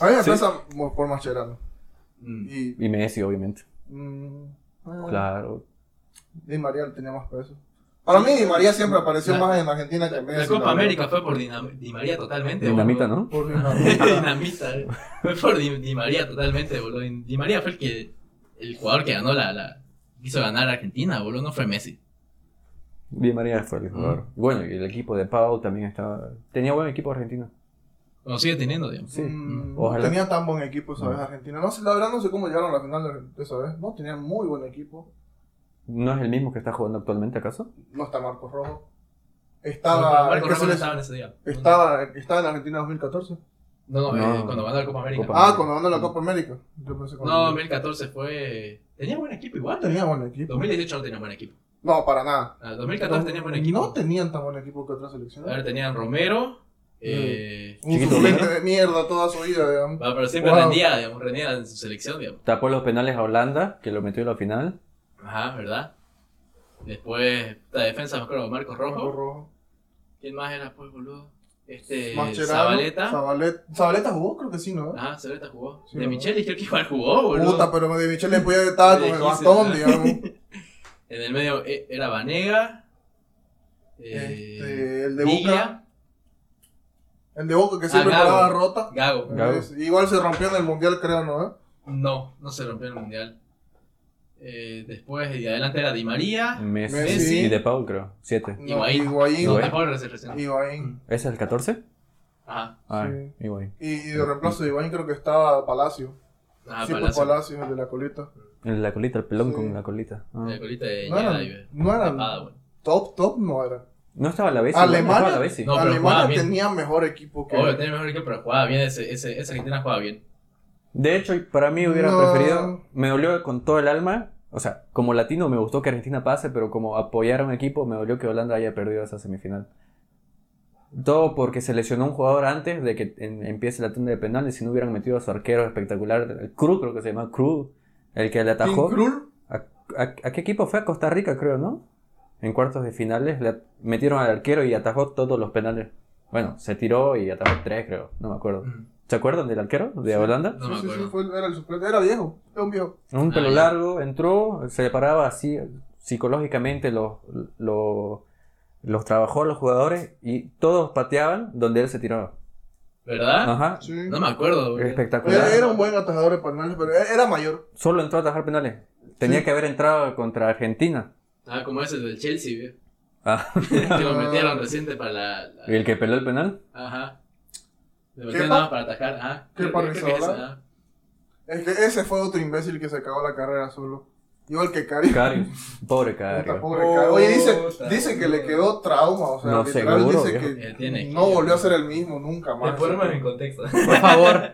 A mí me pesa mo- por Mascherano.
Mm.
Y.
Y Messi, obviamente.
mm, ah,
Claro.
Di María tenía más peso. Para mí, Di María siempre apareció
La-
más en Argentina que
La,
en
la
Messi.
Copa
la verdad.
América fue por Dinam- Di María totalmente.
Dinamita,
boludo.
¿no?
Por Dinamita.
Dinamita. eh. Fue por Di, Di María totalmente, boludo. Di María fue el que el jugador que ganó la, la hizo ganar a Argentina, boludo, no fue Messi.
Di María fue el jugador.
Mm.
Y Bueno, y el equipo de Pau también estaba. Tenía buen equipo argentino.
Lo sigue teniendo, digamos.
Sí.
Mm,
Ojalá.
No tenía tan buen equipo esa vez
No.
Argentina. No sé, la verdad no sé cómo llegaron a la final de- de esa vez. No, tenían muy buen equipo.
¿No es el mismo que está jugando actualmente, acaso?
No está Marcos Rojo.
Pero
Estaba.
Marco
¿qué se
Ramos no
les-
estaba en ese día.
estaba, estaba en Argentina 2014.
No, no, eh,
No.
cuando ganó la Copa América.
Copa.
Ah, cuando ganó la Copa América. Yo pensé cuando-
No, 2014 fue. Tenía buen equipo igual.
No tenía buen equipo.
2018 no tenía buen equipo.
No, para nada.
Ah, 2014 tenía buen equipo.
No tenían tan buen equipo que otras
A
selecciones.
ver, tenían Romero.
Mm.
Eh,
Un
Chiquito,
suplente
¿no?
de mierda toda su vida, digamos.
va, Pero siempre
Wow.
rendía, digamos, rendía en su selección, digamos.
Tapó los penales a Holanda, que lo metió en la final.
Ajá, ¿verdad? Después, la defensa, me acuerdo, Marcos
Marcos
Rojo.
Rojo.
¿Quién más era, pues, boludo? Este,
Mascherano,
Zabaleta.
Zabalet- Zabaleta jugó, creo que sí, ¿no?
Ajá, Zabaleta jugó.
Sí,
de
¿no?
Micheli creo que igual jugó, boludo.
Puta, pero de Michelle Puyol estaba con el
Lejísimo,
bastón,
¿no?
digamos.
En el medio eh, era Vanega. eh,
Este, el de
Villa, Ah,
El de Boca que siempre
Gago.
paraba rota.
Gago.
Gago.
Es- Igual se rompió en el mundial, creo, ¿no? eh?
No, no se rompió el mundial. Eh, después, y adelante era Di María.
Messi.
Messi.
Y de Paul, creo. Siete.
No,
Higuaín.
Higuaín.
No,
Higuaín.
tampoco era seleccionado.
Higuaín.
¿Ese es el 14?
Ajá.
Ah,
Sí.
igual.
Y, y de reemplazo de Higuaín creo que estaba Palacio.
Ajá,
sí,
Ah, Palacio.
fue Palacio, el de la colita.
En la colita, el pelón
Sí.
con la colita. Ah.
La colita de
No Ah, eran-
Jedi,
no eran-
Eh, tapada, bueno.
Top, top no era.
No estaba la Bessi. igual, No
Alemania,
estaba la Bessi.
No, pero jugaba
Alemania
bien.
tenía mejor equipo que.
Obvio, tenía mejor equipo, pero jugaba bien. Ese, ese, esa Argentina jugaba bien.
De hecho, para mí hubiera
No.
preferido, me dolió con todo el alma, o sea, como latino me gustó que Argentina pase, pero como apoyar a un equipo me dolió que Holanda haya perdido esa semifinal. Todo porque se lesionó un jugador antes de que en- empiece la tanda de penales, si no hubieran metido a su arquero espectacular, el Cru creo que se llama Cru, el que le
Tim
atajó.
Krul,
¿A, a- a qué equipo fue? A Costa Rica, creo, ¿no? En cuartos de finales le at- metieron al arquero y atajó todos los penales. Bueno, se tiró y atajó tres, creo, no me acuerdo. ¿Se acuerdan del arquero de
Sí.
Holanda?
No me
sí, sí,
acuerdo.
sí, fue, era el suplente. Era viejo. Era un viejo.
Un
Ah,
pelo
ya.
largo, entró, se le paraba así psicológicamente, los, los, los trabajó a los jugadores y todos pateaban donde él se tiraba.
¿Verdad?
Ajá,
Sí.
No me acuerdo, boludo.
espectacular.
Ah. Era, era un buen atajador de penales, pero e-, era era mayor.
Solo entró a atajar penales. Tenía
Sí.
que haber entrado contra Argentina.
Ah, como ese del Chelsea, viejo.
Ah,
que lo metieron reciente para la. la-
¿Y el que peló el penal?
Ajá. Le metieron
¿Qué
nada
pa-
más para atacar. Ajá.
qué
Creo- creo que
parrizadora?
esa, ajá.
Es que Este, ese fue otro imbécil que se acabó la carrera solo. Igual que Cari.
Carius. Pobre
Puta,
Carius.
pobre Cari. Oye, dice,
Puta,
dice que
boludo.
le quedó trauma, o sea,
No,
literal
seguro,
dice
viejo.
Eh,
que
tiene que-
no volvió a ser el mismo nunca más.
Te ponemos en contexto.
Por favor.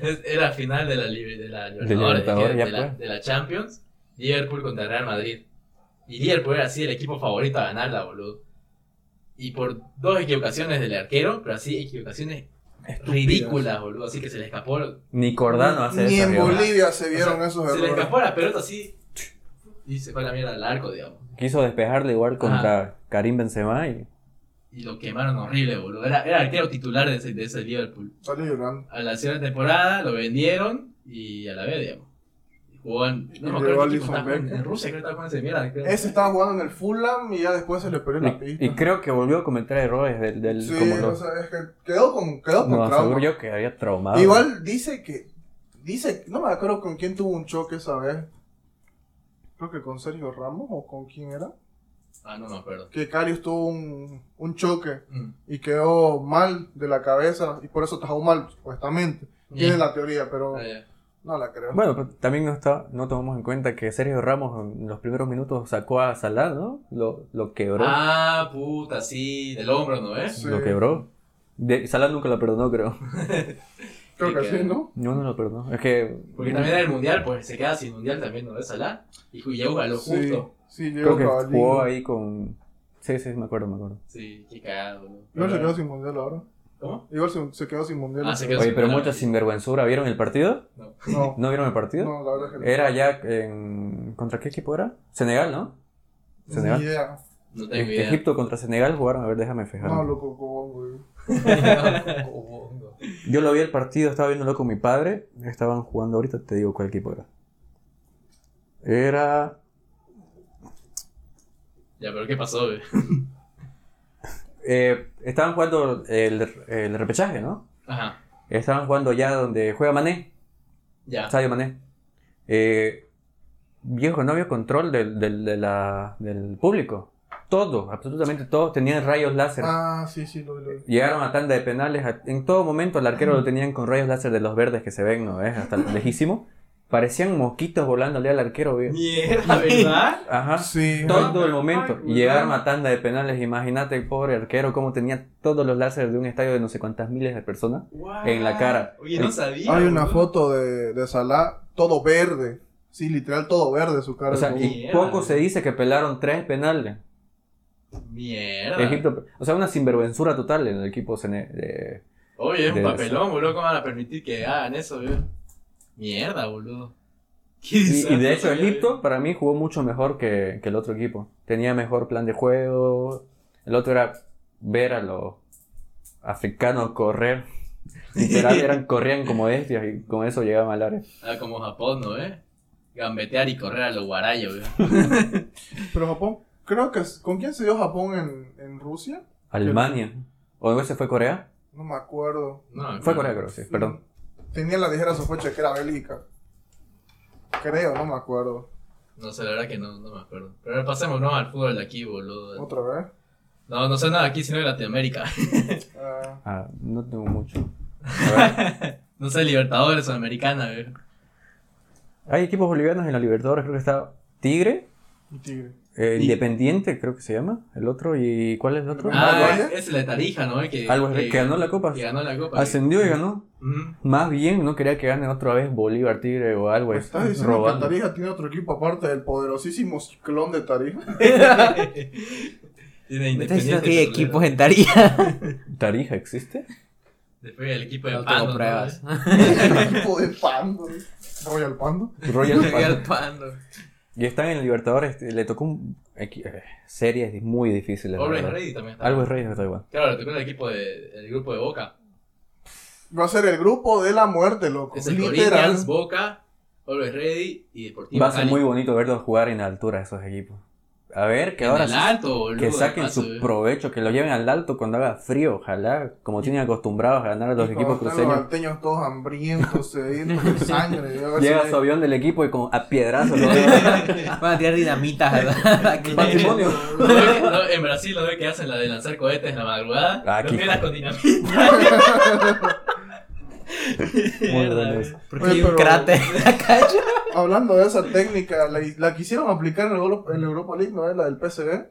Es- Era final de la, libre- de la Libertadores,
Libertadores,
de,
ya
de la,
pues.
de la Champions. Liverpool contra Real Madrid. iría el poder así el equipo favorito a ganarla, boludo. Y por dos equivocaciones del arquero, pero así equivocaciones ridículas, boludo. Así que se le escapó.
Ni Cordano hace
Ni
eso.
en
amigo.
Bolivia se
o
vieron
sea,
esos
Se le
errores.
escapó la pelota así. Y se fue a la mierda al arco, digamos.
Quiso despejarle igual contra Karim Benzema y
Y lo quemaron horrible, boludo. Era, era arquero titular de ese, de ese Liverpool.
Salió llorando.
A la siguiente temporada lo vendieron y a la vez, digamos. Jugó en. No me
Llegó
acuerdo qué equipo
Alisson
estaba jugando. En
Becker.
Rusia creo que estaba jugando ese mierda. creo.
Ese estaba jugando en el Fulham y ya después se le perdió la pista.
Y, y creo que volvió a cometer errores del, del
sí,
como
o
los,
sea, es que quedó con, quedó con
no
trauma.
seguro yo que había traumado.
E Igual dice que. Dice, no me acuerdo con quién tuvo un choque esa vez. Creo que con Sergio Ramos o con quién era.
Ah, no me acuerdo.
Que Carius tuvo un, un choque
Mm.
y quedó mal de la cabeza y por eso tajó mal, supuestamente. Tiene
Sí.
la teoría, pero
Ah, ya.
no la creo.
Bueno, pero también no está, no tomamos en cuenta que Sergio Ramos en los primeros minutos sacó a Salah, ¿no? Lo, lo quebró.
Ah, puta, sí, del hombro, ¿no ves?
sí.
Lo quebró. De, Salah nunca lo perdonó, creo.
creo que
sí,
sí,
que-
¿no?
No, no lo perdonó. Es que.
Porque también era el mundial, pues se queda sin mundial también, ¿no ves? Salah. Y ju- ya jugó a lo justo.
Sí, sí llegó
Creo que
Cavallini.
jugó ahí con. Sí, sí, me acuerdo, me acuerdo.
Sí, qué cagado, boludo.
Igual se quedó sin mundial ahora.
¿Cómo?
Igual se, se quedó sin mundial.
Ah, se quedó
Oye, pero
sin-
mucha sinvergüenzura. ¿Vieron el partido?
No,
¿No vieron el partido?
no, la verdad es que
Era ya en. ¿Contra qué equipo era? Senegal, ¿no?
no.
Senegal.
Ni idea.
No tengo
E-
idea.
Egipto contra Senegal jugaron, a ver, déjame fijar.
No, loco, cobón, güey.
Yo lo vi el partido, estaba viéndolo con mi padre. Estaban jugando ahorita, te digo cuál equipo era. Era.
ya, pero ¿qué pasó, güey?
eh, estaban jugando el, el repechaje, ¿no?
Ajá,
Estaban jugando ya donde juega Mané,
ya.
Sadio Mané. Eh, viejo, no había control del, del- de la- del público. Todos, absolutamente todos tenían rayos láser.
Ah, sí, sí, lo vi, lo vi.
Llegaron a tanda de penales. a- En todo momento el arquero lo tenían con rayos láser de los verdes que se ven, ¿no ves? Hasta lejísimo. Parecían mosquitos volándole al arquero, viejo.
Mierda, ¿verdad?
Ajá.
Sí.
Todo el momento.
Ay,
Y llegaron a tanda de penales. Imagínate el pobre arquero cómo tenía todos los láseres de un estadio de no sé cuántas miles de personas. En la cara.
Oye, no sabía.
Hay una
boludo.
foto de, de Salah todo verde. Sí, literal todo verde su cara.
O sea,
como-
y
Mierda.
poco se dice que pelaron tres penales.
Mierda.
Egipto, o sea, una sinvergüenzura total en el equipo sene- de-
Oye, es un
de-
papelón, boludo. ¿Cómo van a permitir que hagan eso, güey? Mierda, boludo. ¿Qué
Y, y de hecho,
desastre, güey.
Egipto para mí jugó mucho mejor que, que el otro equipo. Tenía mejor plan de juego. El otro era ver a los africanos correr. Literal, eran, corrían como bestias y con eso llegaban al área.
Ah, como Japón, ¿no, eh? Gambetear y correr a los guarayos, güey.
Pero Japón, creo que. es- ¿Con quién se dio Japón en, en Rusia?
Alemania. ¿O ese fue Corea?
No me acuerdo.
No,
Fue
no.
Corea, creo, sí, perdón.
Tenía la ligera sospecha que era Bélgica. Creo, no me acuerdo.
No sé, la verdad que no, no me acuerdo. Pero pasemos, ¿no? Al fútbol de aquí, boludo.
¿Otra vez?
No, no sé nada aquí, sino de Latinoamérica.
Ah,
Ah, no tengo mucho. A ver.
No sé, Libertadores o Americana, güey.
Hay equipos bolivianos en la Libertadores, creo que está Tigre,
un tigre.
eh,
Sí.
Independiente, creo que se llama, el otro, ¿y cuál es el otro?
Ah,
¿Algo
es, es la Tarija, ¿no? El Que,
Algo así, que ganó la Copa.
Que ganó la copa.
Ascendió y ganó.
Ujú.
Más bien, no quería que gane otra vez Bolívar, Tigre o algo
Pues
¿Me
así.
estás diciendo
Pues, Robando.
que Tarija tiene otro equipo aparte del poderosísimo ciclón de Tarija?
Tiene
Me estás diciendo que hay
Tolera.
equipos en Tarija.
¿Tarija existe?
Después el equipo de
No
Pando,
tengo
Ah, ¿no?
pruebas.
El equipo de Pando. Royal Pando.
Royal Panda.
Real Pando.
Y están en Libertadores, este, le tocó un... equi- eh, series muy difíciles. la
Always
verdad.
Ready también está.
Always Ready está igual.
Claro, te acuerdas el equipo de, el grupo de Boca.
Va a ser el grupo de la muerte, loco.
Es el
Literal.
Corinthians, Boca, Always Ready y Deportivo
Va a ser
Cali.
muy bonito verlos jugar en altura esos equipos. A ver, que
En
ahora
el
sí-
alto, boludo,
que
de
saquen
paso, eh.
su
güey.
provecho, que lo lleven al alto cuando haga frío, ojalá, como tienen acostumbrados a ganar a los
Y
equipos
cuando están Los
cruceños.
alteños todos hambrientos, sedientos de sangre. y a ver si
Llega
hay-
su avión del equipo y con, a piedrazos lo dejan.
Van a tirar dinamitas. ¿verdad? Que-
Matrimonio.
No, no, en Brasil no ve que hacen la de lanzar cohetes en la madrugada.
Ah, aquí.
Lo pegas con dinamita. Mierda,
bueno
güey.
eso.
Porque
Oye,
hay un
pero-
cráter en la calle.
Hablando de esa técnica, la, la quisieron aplicar en el, Euro- en la Europa League, ¿no es? La del PSV.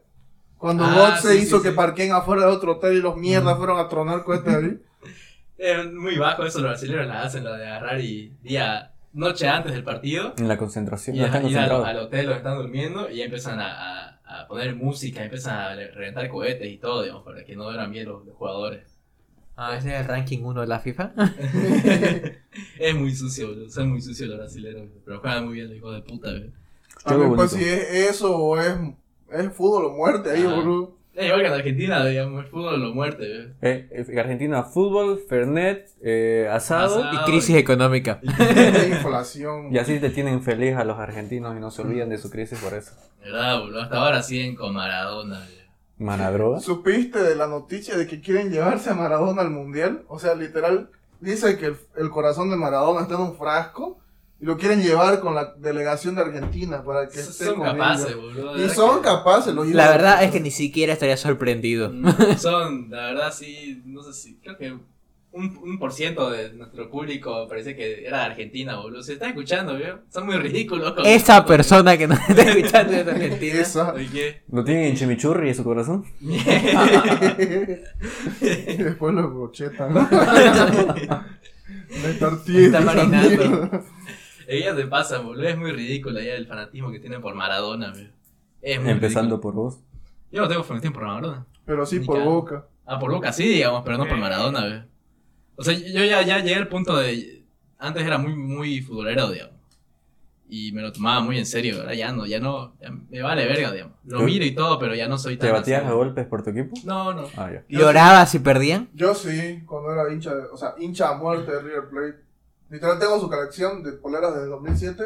Cuando
Ah,
God se
sí,
hizo
sí,
que
sí.
parquen afuera de otro hotel y los
Mm.
mierdas fueron a tronar cohetes ahí.
Es muy bajo eso, los brasileños la hacen, la de agarrar y día, noche antes del partido.
En la concentración,
Y
no
a-
están
ir al,
concentrados.
al hotel donde están durmiendo y ya empiezan a, a- poner música, empiezan a re- reventar cohetes y todo, digamos, para que no duran bien los, los jugadores.
Ah, ese es el ranking 1 de la FIFA.
es muy sucio, boludo, son muy sucios los brasileños, pero juegan muy bien los hijos de puta, boludo.
A
Juego
mí, pues,
bonito.
si es eso o es, es fútbol o muerte ahí,
Ah.
boludo.
Es igual que en Argentina, digamos, el fútbol lo muerte, boludo.
Eh, eh, Argentina, fútbol, Fernet, eh, asado.
Asado.
Y crisis económica.
La inflación.
Y así te tienen feliz a los argentinos y no se olvidan de su crisis por eso.
De ¿Verdad, boludo? Hasta ahora siguen con Maradona, boludo.
Manadroga.
¿Supiste de la noticia de que quieren llevarse a Maradona al mundial? O sea, literal, dice que el, el corazón de Maradona está en un frasco y lo quieren llevar con la delegación de Argentina para que esté
Son
con
capaces,
ellos.
boludo. de
Y
verdad
son
que-
capaces los hijos
La
de
verdad
puta.
es que ni siquiera estaría sorprendido.
Mm, Son, la verdad, sí, no sé si, creo que un, un por ciento de nuestro público parece que era de Argentina, boludo. Se está escuchando, ¿veo? Son muy ridículos. con-
Esa persona que nos está escuchando es argentina.
Esa.
¿De qué?
¿No tienen en chimichurri en su corazón?
Y después lo brochetan. De estar tierno,
Está
esa
marinando.
mierda.
Ellas te pasan, boludo. Es muy ridículo ya el fanatismo que tienen por Maradona, ¿veo? Es muy
Empezando
ridículo.
por vos.
Yo no tengo fanatismo por Maradona.
Pero sí
Ni
por
cagando.
boca.
Ah, por Boca sí, digamos, pero no por Maradona, ¿veo? O sea, yo ya, ya llegué al punto de... Antes era muy, muy futbolero, digamos. Y me lo tomaba muy en serio, ahora ya no, ya no, ya me vale verga, digamos. Lo
¿Tú?
miro y todo, pero ya no soy tan...
¿Te batías
así.
a golpes por tu equipo?
No, no.
Ah, ya.
Lloraba si perdían.
Yo sí, cuando era hincha, de- o sea, hincha a muerte de River Plate. Literal tengo su colección de poleras desde 2007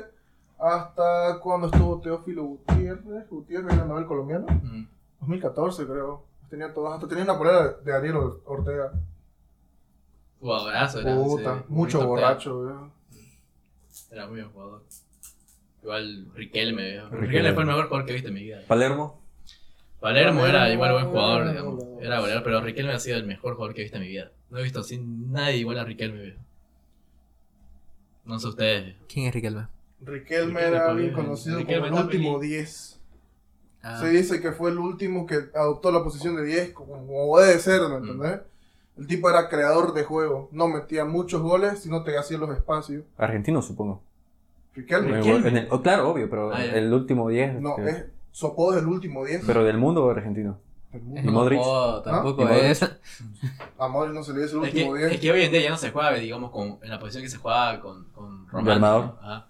hasta cuando estuvo Teófilo Gutiérrez, Gutiérrez era novel colombiano,
Mm.
2014 creo. Tenía todas, hasta tenía una polera de Ariel Or- Ortega.
Jugadorazo era.
Puta,
sí.
mucho
Víctor
borracho, weón.
Teo. Era muy buen jugador. Igual Riquelme, viejo.
Riquelme.
Riquelme. fue el mejor jugador que viste en mi vida.
Palermo.
Palermo era
Palermo,
igual buen jugador,
Palermo,
digamos.
Palermo.
Era goleador, pero Riquelme ha sido el mejor jugador que he visto en mi vida. No he visto sin nadie igual a Riquelme, viejo. No sé ustedes. viejo.
¿Quién es Riquelme?
Riquelme
Riquelme
era
todavía-
bien conocido
Riquelme
como el
está
último
feliz.
10.
Ah.
Se dice que fue el último que adoptó la posición de 10, como, como debe ser, ¿me entendés? El tipo era creador de juego, no metía muchos goles, sino te hacía los espacios.
Argentino, supongo.
Riquelme.
¿Quién?
En el- oh, claro, obvio, pero
Ah, ya.
el último 10.
No,
este,
es, su apodo es el último 10.
Pero del mundo argentino.
del
Es
mundo.
¿Y Modric?
como- tampoco
¿Y Modric?
es.
A Modric no se le dice el
Es que,
último
es
10.
que hoy en día ya no se juega, digamos, con, en la posición que se jugaba con, con Román.
armador.
¿no? Ajá.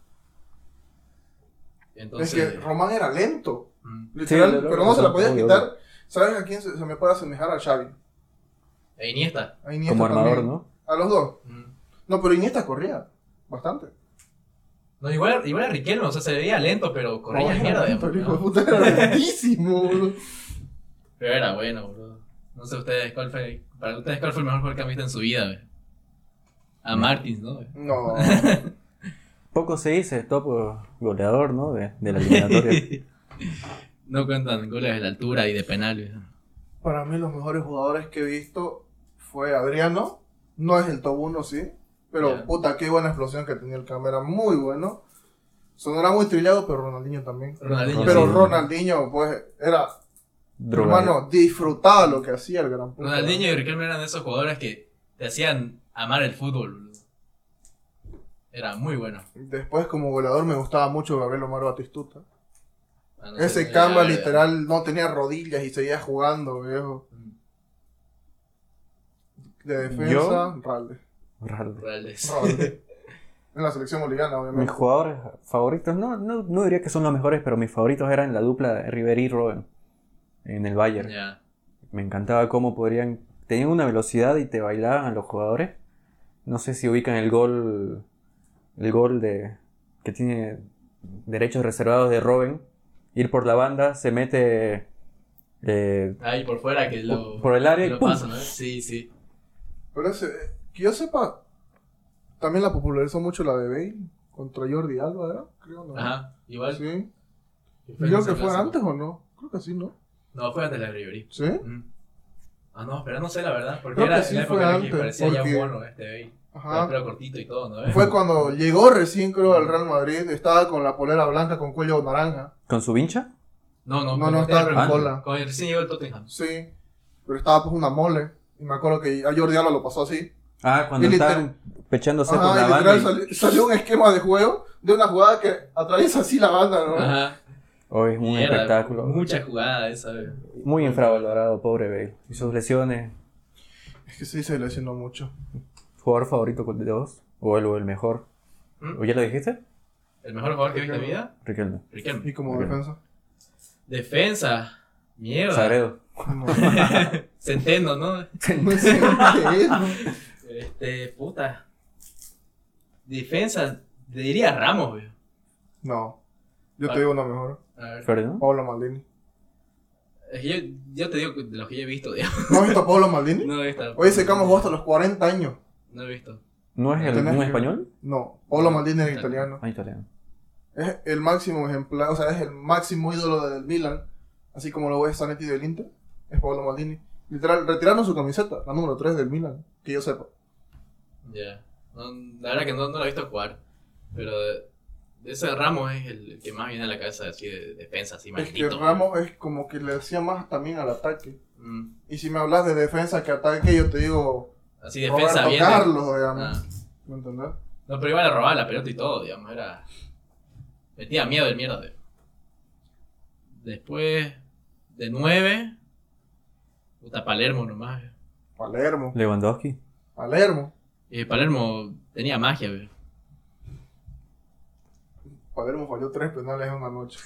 Es
Entonces.
que Román era lento,
mm.
literal,
Sí, lo- lo-
pero no se la podía
obvio,
quitar. ¿Sabes a quién se, se me puede asemejar? A Xavi.
E Iniesta.
A Iniesta
Como armador,
también.
¿no?
A los dos.
Mm.
No, pero Iniesta corría bastante.
No, igual, igual a Riquelme, o sea, se veía lento, pero corría
Román
mierda,
era
digamos.
lento, el hijo
¿no?
de puta era lentísimo, boludo.
Pero era bueno, boludo. No sé ustedes cuál fue. Para ustedes, ¿cuál fue el mejor jugador que han visto en su vida, güey? A Martins, ¿no? güey?
No.
Poco se dice, top eh, goleador, ¿no? De, de la eliminatoria.
no cuentan goles de la altura y de penal, güey.
Para mí los mejores jugadores que he visto fue Adriano. No es el top 1, sí. Pero
Ya.
puta, qué buena explosión que tenía el cámara. Muy bueno. Sonará muy trillado, pero Ronaldinho también.
Ronaldinho.
Pero
sí.
Ronaldinho, pues, era,
Droga.
hermano, disfrutaba lo que hacía el gran puta.
Ronaldinho y Riquelme eran de esos jugadores que te hacían amar el fútbol, boludo. Era muy bueno.
Después, como goleador, me gustaba mucho Gabriel Omar Batistuta.
Ah, no sé,
Ese
ya, ya,
cama
ya.
literal no tenía rodillas y seguía jugando, viejo.
Mm,
De defensa, Ralde.
Raro.
Reales.
Ralde. en la selección boliviana,
Mis
obviamente.
jugadores favoritos, no, no, no diría que son los mejores, pero mis favoritos eran la dupla Ribery Robben en el Bayern.
Ya.
Me encantaba cómo podrían. Tenían una velocidad y te bailaban a los jugadores. No sé si ubican el gol. El gol de. que tiene derechos reservados de Robben. Ir por la banda, se mete. eh,
Ahí por fuera que lo.
por el área
que
y
lo
¡pum!
pasan, ¿no? Sí, sí.
Pero ese, eh, que yo sepa, también la popularizó mucho la de Bale contra Jordi Alba, ¿verdad? Creo, ¿no?
Ajá. Igual.
Sí.
Fue
Creo
ese
que fue
clásico.
antes o no. Creo que sí, ¿no?
No, fue antes de la Ribery.
Sí.
Mm. Ah, no, pero no sé la verdad, porque
Creo
era
que sí
en la
fue
época en la que
antes,
parecía
porque-
ya mono este Bale. Con el
Ajá.
pelo cortito y todo, ¿no?
Fue cuando llegó recién, creo, al Real Madrid. Estaba con la polera blanca con cuello naranja.
¿Con su vincha?
No, no,
No, no, estaba
con
con
Ah,
cola.
Con el recién llegó el Tottenham.
Sí. Pero estaba pues una mole. Y me acuerdo que a Jordi Alba lo pasó así.
Ah, cuando
Y liter-
estaban pechándose por
Ajá,
la
y literal
banda. y-
Ah. sali- salió un esquema de juego de una jugada que atraviesa así la banda, ¿no?
Ajá.
Hoy es un
Mierda,
espectáculo.
Mucha jugada esa, weón.
Muy infravalorado, pobre Bale. Y sus lesiones,
Es que sí se lesionó mucho.
jugador favorito de dos, o el, o el mejor.
¿Mm?
¿O ya lo dijiste?
¿El mejor jugador que he visto en mi vida?
Riquelme.
Riquelme.
Y como
Ok.
defensa.
Defensa. Mierda.
Sagredo.
No,
Centeno, ¿no?
no sé qué es, ¿no?
Este, puta. Defensa, te diría Ramos, güey.
No. Yo te digo una mejor.
A ver,
Ferdinand.
Pablo Maldini.
es que yo, yo te digo de los que yo he visto, digamos.
¿No has visto a Pablo Maldini?
No he visto.
Oye, ese camo jugó hasta los 40 años.
No he visto.
¿No es el,
Tenés
un
que-
español?
No, Pablo Maldini es italiano.
Ah, italiano.
Es el máximo ejemplar, o sea, es el máximo ídolo del Milan. Así como lo es Zanetti del Inter, es Pablo Maldini. Literal, retiraron su camiseta, la número 3 del Milan, que yo sepa.
Ya. No, la verdad que no, no lo he visto jugar. Pero de- de ese Ramos es el que más viene a la cabeza así de defensa, así
Es
maldito.
que Ramos es como que le hacía más también al ataque.
Mm.
Y si me hablas de defensa que ataque, yo te digo
Así defensa
Roberto
bien.
Carlos, digamos.
Ah.
¿Me entendés?
No, pero igual le robaba la pelota y todo, digamos, era. Metía miedo el mierda. de- Después, de 9. Puta Palermo nomás. güey.
Palermo,
Lewandowski.
Palermo,
Eh, Palermo tenía magia, güey.
Palermo falló tres penales en una noche.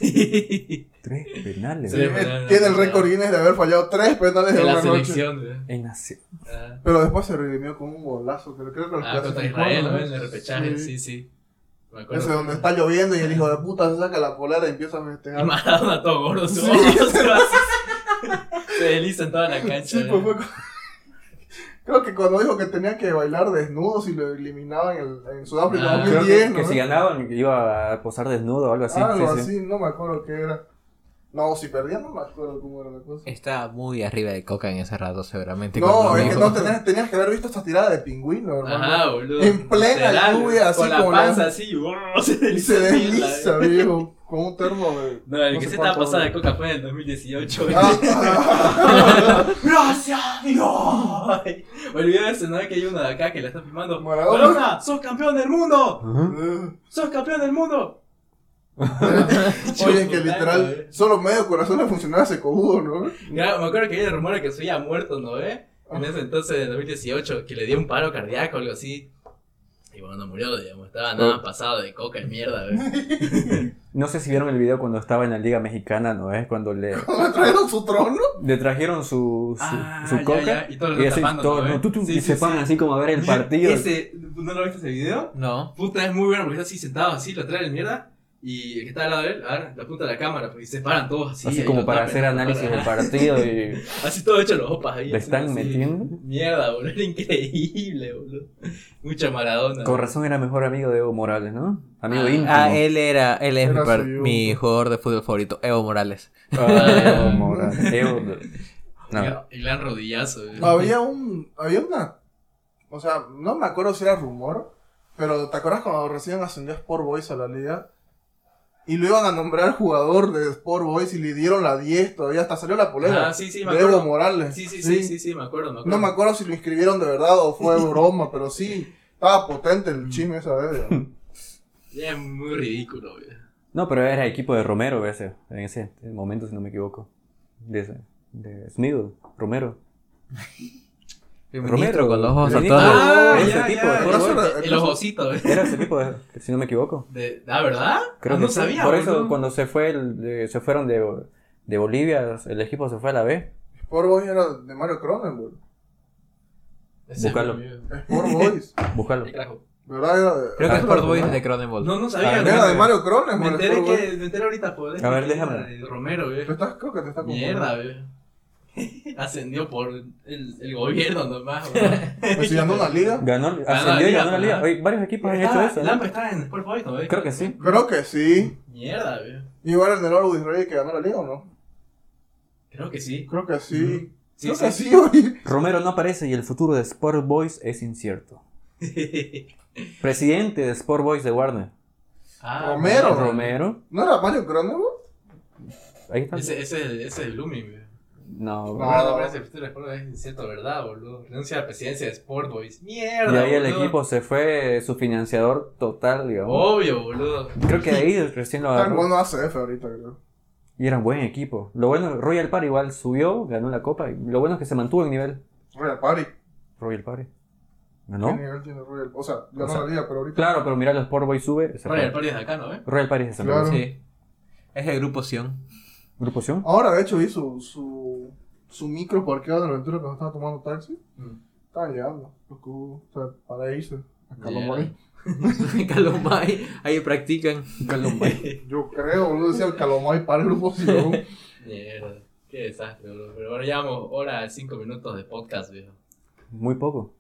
Tres penales.
Sí.
Eh,
penales,
tiene el
penales.
récord Guinness de haber fallado tres penales en
De la
una noche.
selección, güey.
En Asia.
Ah,
Pero después se redimió con un golazo, que creo que lo
ah, contra
clasificó,
Israel,
¿no?
¿no? En el repechaje, sí, sí. Me acuerdo.
Ese donde está lloviendo y el hijo de puta se saca la polera y empieza a festejar.
Y Maradona todo gordo, su
Sí.
ojo, se va así. Se desliza en toda la cancha.
Sí, pues
güey.
fue cu- Creo que cuando dijo que tenía que bailar desnudos y lo eliminaban en, el- en Sudáfrica
Ah,
en
Creo
2010,
que, que
¿no?
si ganaban iba a posar desnudo o algo así.
Algo
sí, sí.
así, no me acuerdo qué era. No, si perdía no me acuerdo cómo era la cosa.
Estaba muy arriba de coca en ese rato,
Este,
seguramente.
No,
cuando
es que
dijo.
no tenías, tenías que haber visto esta tirada de pingüino, hermano.
Ajá, boludo.
En plena
Literal,
lluvia, así
con la
como la-
panza así, brrr, se
Y
desliza.
se
así en la-
desliza, viejo, con un termo de...
No, el
no
que
sé
se estaba
cuánto-
pasando de coca fue en el 2018.
Ah,
¡Gracias a Dios! Olvídate, ¿no? Que hay uno de acá que la está filmando.
Maradona.
¡Maradona! ¡Sos campeón del mundo! ¡Sos campeón del mundo!
Oye, que literal, solo medio corazón le funcionaba ese cojudo, ¿no?
Mira, me acuerdo que había rumores que se había muerto, ¿no? ¿Eh? En ese entonces, en 2018, que le dio un paro cardíaco o algo así. Y bueno, no murió, digamos, estaba
Ah.
nada pasado de coca y mierda, ¿eh?
No sé si vieron el video cuando estaba en la Liga Mexicana, ¿no es? Cuando le,
¿Le trajeron su trono?
le trajeron su, su,
Ah,
su
ya,
coca.
ya, y todos lo
así
tapando,
todo,
¿no?
¿no? Tú, tú,
Sí,
y
sí,
se
sí.
van así como a ver el partido.
Ese, ¿No lo viste ese video?
No.
Puta, es muy bueno porque está así sentado así, lo trae el mierda. Y el que está al lado de él, agarra la punta de la cámara, porque se paran todos así.
así
ahí
como
lo
para
tapan,
hacer
lo
análisis
tapan.
del partido y
Así todo hecho los opas ahí.
le
haciendo
están
así.
metiendo.
Mierda, boludo, era increíble, boludo. Mucha maradona.
Con razón era mejor amigo de Evo Morales, ¿no? Amigo
Ah,
íntimo.
Ah, él era, él es
Era
mi, par-
su-
mi jugador de fútbol favorito, Evo Morales.
Ah, Evo Morales. Evo- no.
Mira, El gran rodillazo. eh.
Había un... Había una... O sea, no me acuerdo si era rumor, pero ¿te acuerdas cuando recién ascendió Sport Boys a la liga? Y lo iban a nombrar jugador de Sport Boys y le dieron la 10 todavía, hasta salió la polera.
Ah, sí, sí, me
de Evo
acuerdo.
Morales.
Sí, sí, sí, sí, sí, me acuerdo, me acuerdo.
No me acuerdo si lo inscribieron de verdad o fue broma, pero sí, estaba potente el chisme esa vez. digamos.
Ya, Es muy ridículo, güey.
No, pero era equipo de Romero ese, en ese momento, si no me equivoco. De, ese- de Smith, Romero.
El
Romero,
ministro con los ojos
el
saltones.
Ah, ese tipo de
por
fútbol.
eso era- El ojocito, güey.
Era ese equipo, de, si no me equivoco.
De- ¿Ah, verdad?
Creo
Ah,
que
no
sí.
sabía,
Por eso,
boludo.
cuando se fue el- de- se fueron de, de Bolivia, el equipo se fue a la B.
Sport Boys era de Mario Cronenberg.
Ese
Búscalo.
fue mi-
Sport Boys.
Buscarlo.
Ahí trajo.
¿Verdad? Era de,
Creo que
Ah,
es por
¿no?
Boys de Cronenball.
No, no
Ah,
sabía.
era de
güey.
Mario Cronenberg.
Me enteré
Sport Boys.
que, me enteré ahita por
A ver, déjame.
de Romero, güey.
Te estás- creo que te está confundiendo.
Mierda, güey. Ascendió por el, el gobierno nomás, güey.
Pues si ganó una liga.
Ganó,
la
ascendió y
liga,
ganó la liga.
ajá.
Oye, varios equipos han hecho
Estaba-
eso. ¿no?
Lampa estaba en Sport Boys, ¿no? güey?
Creo que sí.
Creo que sí.
Mierda, güey.
Igual en el Always Ready que ganó la liga o no.
Creo que sí.
Creo que sí.
Sí,
creo
sí.
que sí, güey.
Romero no aparece y el futuro de Sport Boys es incierto. Presidente de Sport Boys de Warner.
Ah,
Romero.
mierda.
Romero.
¿No era Mario Cronenberg?
Ahí está.
Ese, Ah, ese, ese es el Lumi, güey.
No.
No.
Ahora no parece el futuro de Sport Boys, es cierto, ¿verdad, boludo? Renuncia a la presidencia de Sport Boys. Mierda.
Y ahí el
boludo. Oh.
equipo se fue su financiador total, digamos.
Obvio, boludo.
Creo que ahí recién lo
Está en
agarró.
bueno ACF ahorita, creo.
Y eran buen equipo. Lo bueno, Royal Party igual subió, ganó la copa. Y lo bueno es que se mantuvo en nivel.
Royal Party.
Royal Party.
¿Qué
¿Ganó?
nivel tiene Royal? O sea, ganó
O sea,
la liga, pero ahorita.
Claro, pero mira, los Sport Boys sube. se
Royal
fue.
Party es de acá, ¿no? eh?
Royal Party es de San
Claro.
Pedro.
Sí. Es el grupo Sion.
¿Grupo Sion?
Ahora, de hecho, vi su, su, su micro parqueado de la aventura cuando estaba tomando taxi. Estaba llegando. Los cubos, o sea, para irse. A Calomay.
Calomay, ahí practican.
Yo creo, boludo, decía el Calomay para el grupo. si no.
Mierda. Qué desastre, boludo. Pero bueno, llevamos hora cinco minutos de podcast, viejo.
Muy poco.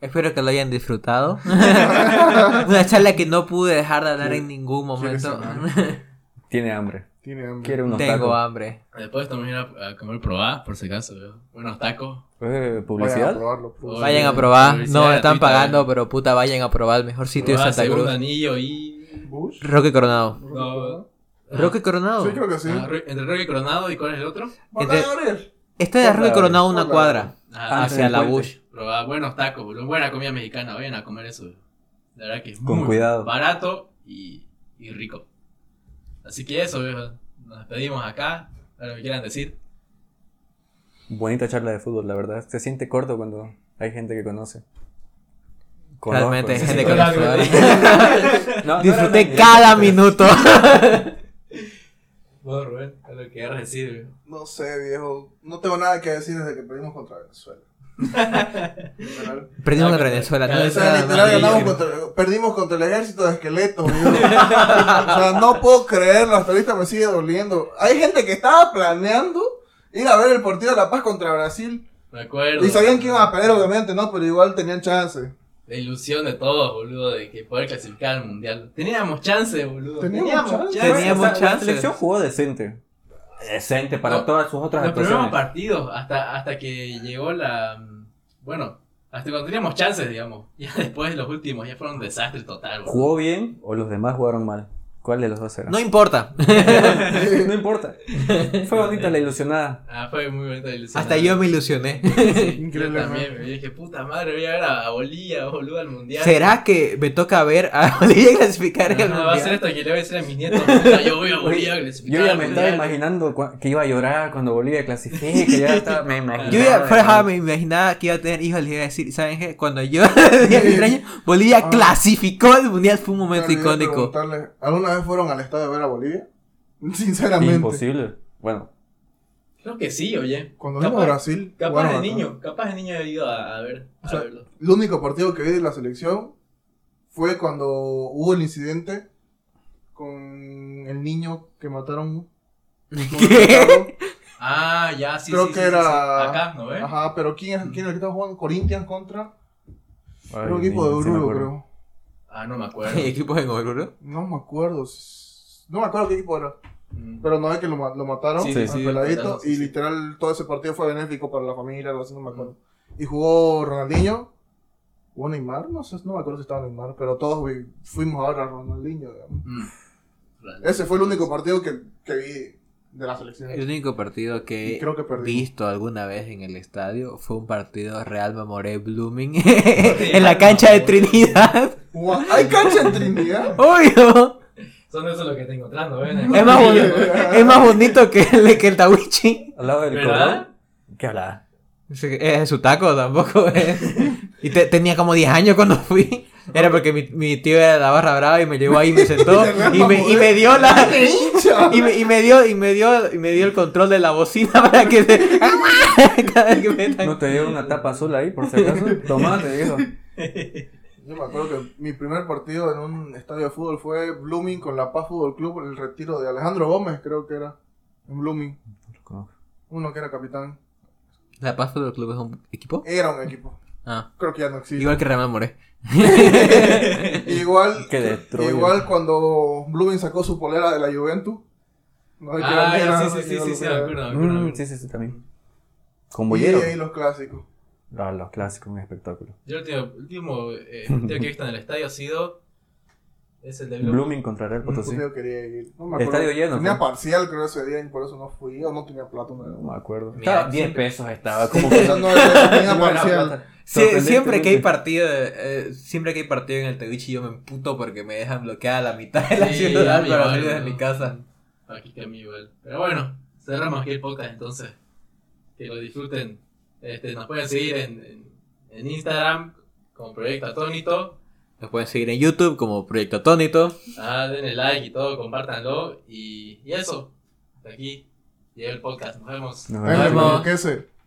Espero que lo hayan disfrutado. Una charla que no pude dejar de hablar en ningún
¿Quieres
momento.
Tiene hambre.
Tiene hambre.
Quiere unos
Tengo
tacos.
hambre.
Después también ir a, a comer probá, por si acaso, viejo. Buenos tacos.
Eh,
Vayan a
¿Publicidad?
probarlo, pues.
Oye,
Vayan a probar.
publicidad
No me están
gratuita,
pagando, pero puta, vayan a probar el mejor sitio
Probá,
de Santa
segundo
Cruz.
anillo y...
Bush.
Roque Coronado.
No.
Roque Coronado.
Sí, creo que sí.
Ah, Ro- entre Roque Coronado y ¿cuál es el otro?
Batalla
de-
Gabriel.
Está de Roque
Hola,
Coronado una
hola.
cuadra
Ah,
Antes
hacia
del
la
puente.
Bush.
probá buenos tacos, boludo. Buena comida mexicana. Vayan a comer eso. viejo. La verdad que es
Con
muy
cuidado.
barato y, y rico. Así que eso, viejo. Nos despedimos acá. A lo que quieran decir.
Bonita charla de fútbol, la verdad. Se siente corto cuando hay gente que conoce.
Realmente, gente
Conozco.
sí,
que
claro,
nos
claro.
ayuda.
No, no
Disfruté
era-
cada minuto.
Vos, Rubén, a lo que quieras decir, viejo.
No sé, viejo. No tengo nada que decir desde que perdimos contra Venezuela. Literal.
Ah,
Perdimos contra
claro.
Venezuela.
Claro,
O sea,
Nada
literal
más
ganamos
ridículo.
contra- perdimos contra el ejército de esqueletos, boludo. o sea, no puedo creerlo, hasta ahorita me sigue doliendo. Hay gente que estaba planeando ir a ver el partido de La Paz contra Brasil.
Me acuerdo.
Y sabían que iban a perder, obviamente, ¿no? Pero igual tenían chance.
La ilusión de todos, boludo, de que poder clasificar al mundial. Teníamos chance, boludo.
Teníamos chance.
chance.
Teníamos
O sea,
La
chances.
selección jugó decente. Decente para
No,
todas sus otras
Los primeros
actuaciones.
partidos, hasta, hasta que llegó la. Bueno, hasta cuando teníamos chances, digamos. Ya después los últimos, ya fueron un desastre total, boludo.
¿Jugó bien o los demás jugaron mal? ¿Cuál de los dos era?
No importa.
No importa. Fue bonita la ilusionada.
Ah, fue muy bonita la ilusión.
Hasta yo me ilusioné.
Increíble. Yo también, me dije, puta madre, voy a ver a, a Bolivia, boludo, al mundial.
¿Será que me toca ver a Bolivia clasificar en
No,
el
no, va a
mundial?
ser esto que le voy a decir a mis nietos. puta, yo voy a Bolivia a clasificar.
Yo ya
al
me
mundial.
estaba imaginando cua- que iba a llorar cuando Bolivia clasifique. que ya estaba- me imaginaba.
Yo ya fuera, ajá, me imaginaba que iba a tener hijos, les iba a decir, ¿saben qué? Cuando yo tenía 15 años, Bolivia
Ah.
clasificó al mundial, fue un momento
Me olvidé
icónico.
preguntarles, ¿Alguna vez fueron al estadio a ver a Bolivia? Sinceramente.
Imposible. Bueno,
Creo que sí, oye.
Cuando
Capaz-
vino a Brasil,
Capaz
jugaron
de
acá.
niño, capaz de niño he ido a, a ver. A
O sea,
verlo.
El único partido que vi de la selección fue cuando hubo el incidente con el niño que mataron.
¿Qué?
Ah, ya, sí,
Creo
sí,
que
sí, sí,
era-
sí. Acá, ¿no ves?
Ajá, pero ¿quién, es- ¿quién es el que está jugando? Corinthians contra
Ay,
un equipo de
ni- sí me
Oruro,
acuerdo.
creo.
Ah, no me acuerdo.
¿Hay equipos en Oruro?
No me acuerdo. s- No me acuerdo qué equipo era.
Mm.
Pero no es que lo, ma- lo mataron
Sí,
sí,
al
sí,
peladito.
mataron, sí,
y
sí.
literal todo ese partido fue benéfico para la familia, algo así, no me acuerdo. Y jugó Ronaldinho. ¿Jugó Neymar? No sé, no me acuerdo si estaba Neymar. Pero todos vi- fuimos a ver a Ronaldinho, digamos.
Mm.
Ese fue el único partido que, que vi de la selección.
El único partido que
Y creo que
he
perdimos.
visto alguna vez en el estadio fue un partido Real Mamoré Blooming en la cancha de Trinidad.
Guau, ¿Hay cancha en Trinidad?
Obvio.
Son de esos los que te encontrás, ¿no ves?
Es más bonito, es más bonito que el, que el Tawichi.
Al lado del
¿Verdad?
cordón. ¿Qué hablaba?
Sí, Es su taco tampoco. es. Y te- tenía como 10 años cuando fui. Era porque mi, mi tío era de la barra brava y me llevó ahí y me sentó y me, y me dio la y me, y me dio y me dio y me dio el control de la bocina para que se- cada vez que me
¿No te dieron una tapa azul ahí, por si acaso? Tomá, te digo.
Yo me acuerdo que mi primer partido en un estadio de fútbol fue Blooming con La Paz Fútbol Club, el retiro de Alejandro Gómez, creo que era. En Blooming, uno que era capitán.
La Paz Fútbol Club es un equipo.
Era un equipo.
Ah,
Creo que ya no existe.
igual que Real Mamoré.
Igual,
Que destruye.
igual cuando Blooming sacó su polera de la Juventus. No sé qué
Ah,
bandera,
ya,
no
sí,
sé
sí, sí,
qué
sí, sí, me
bandera.
acuerdo, me acuerdo, me
Mm,
acuerdo.
sí, sí, sí, también. Con
Y
bollero.
ahí los clásicos.
Ah, los clásicos, un espectáculo.
Yo el último, el último eh, partido que he visto en el estadio ha sido. Es el de Blue.
Blooming contra Real Potosí.
Yo quería ir. No me acuerdo.
Pues Estadio lleno,
Tenía
¿no?
parcial, creo, ese día y por eso no fui. O no tenía plata. No,
No me acuerdo.
Mira,
Estaba 10
siempre-
pesos estaba, como que...
Eso no era- tenía
No era
parcial.
plata.
Sí, siempre que hay
Sorprendentemente.
partido, eh, siempre que hay partido en el Tawichi yo me emputo porque me dejan bloqueada la mitad de la
Sí,
ciudad
a mí
para
igual,
salir de
¿no?
mi casa.
Ah, Aquí que a mí igual. Pero bueno, cerramos aquí el podcast entonces. Que lo disfruten. Este, nos pueden seguir en, en, en Instagram como Proyecto Atónito.
Nos pueden seguir en YouTube como Proyecto Atónito.
Ah, denle like y todo, compártanlo. Y, y eso. Hasta aquí llega el podcast. Nos vemos.
Nos
Venga,
vemos.
¿qué sé?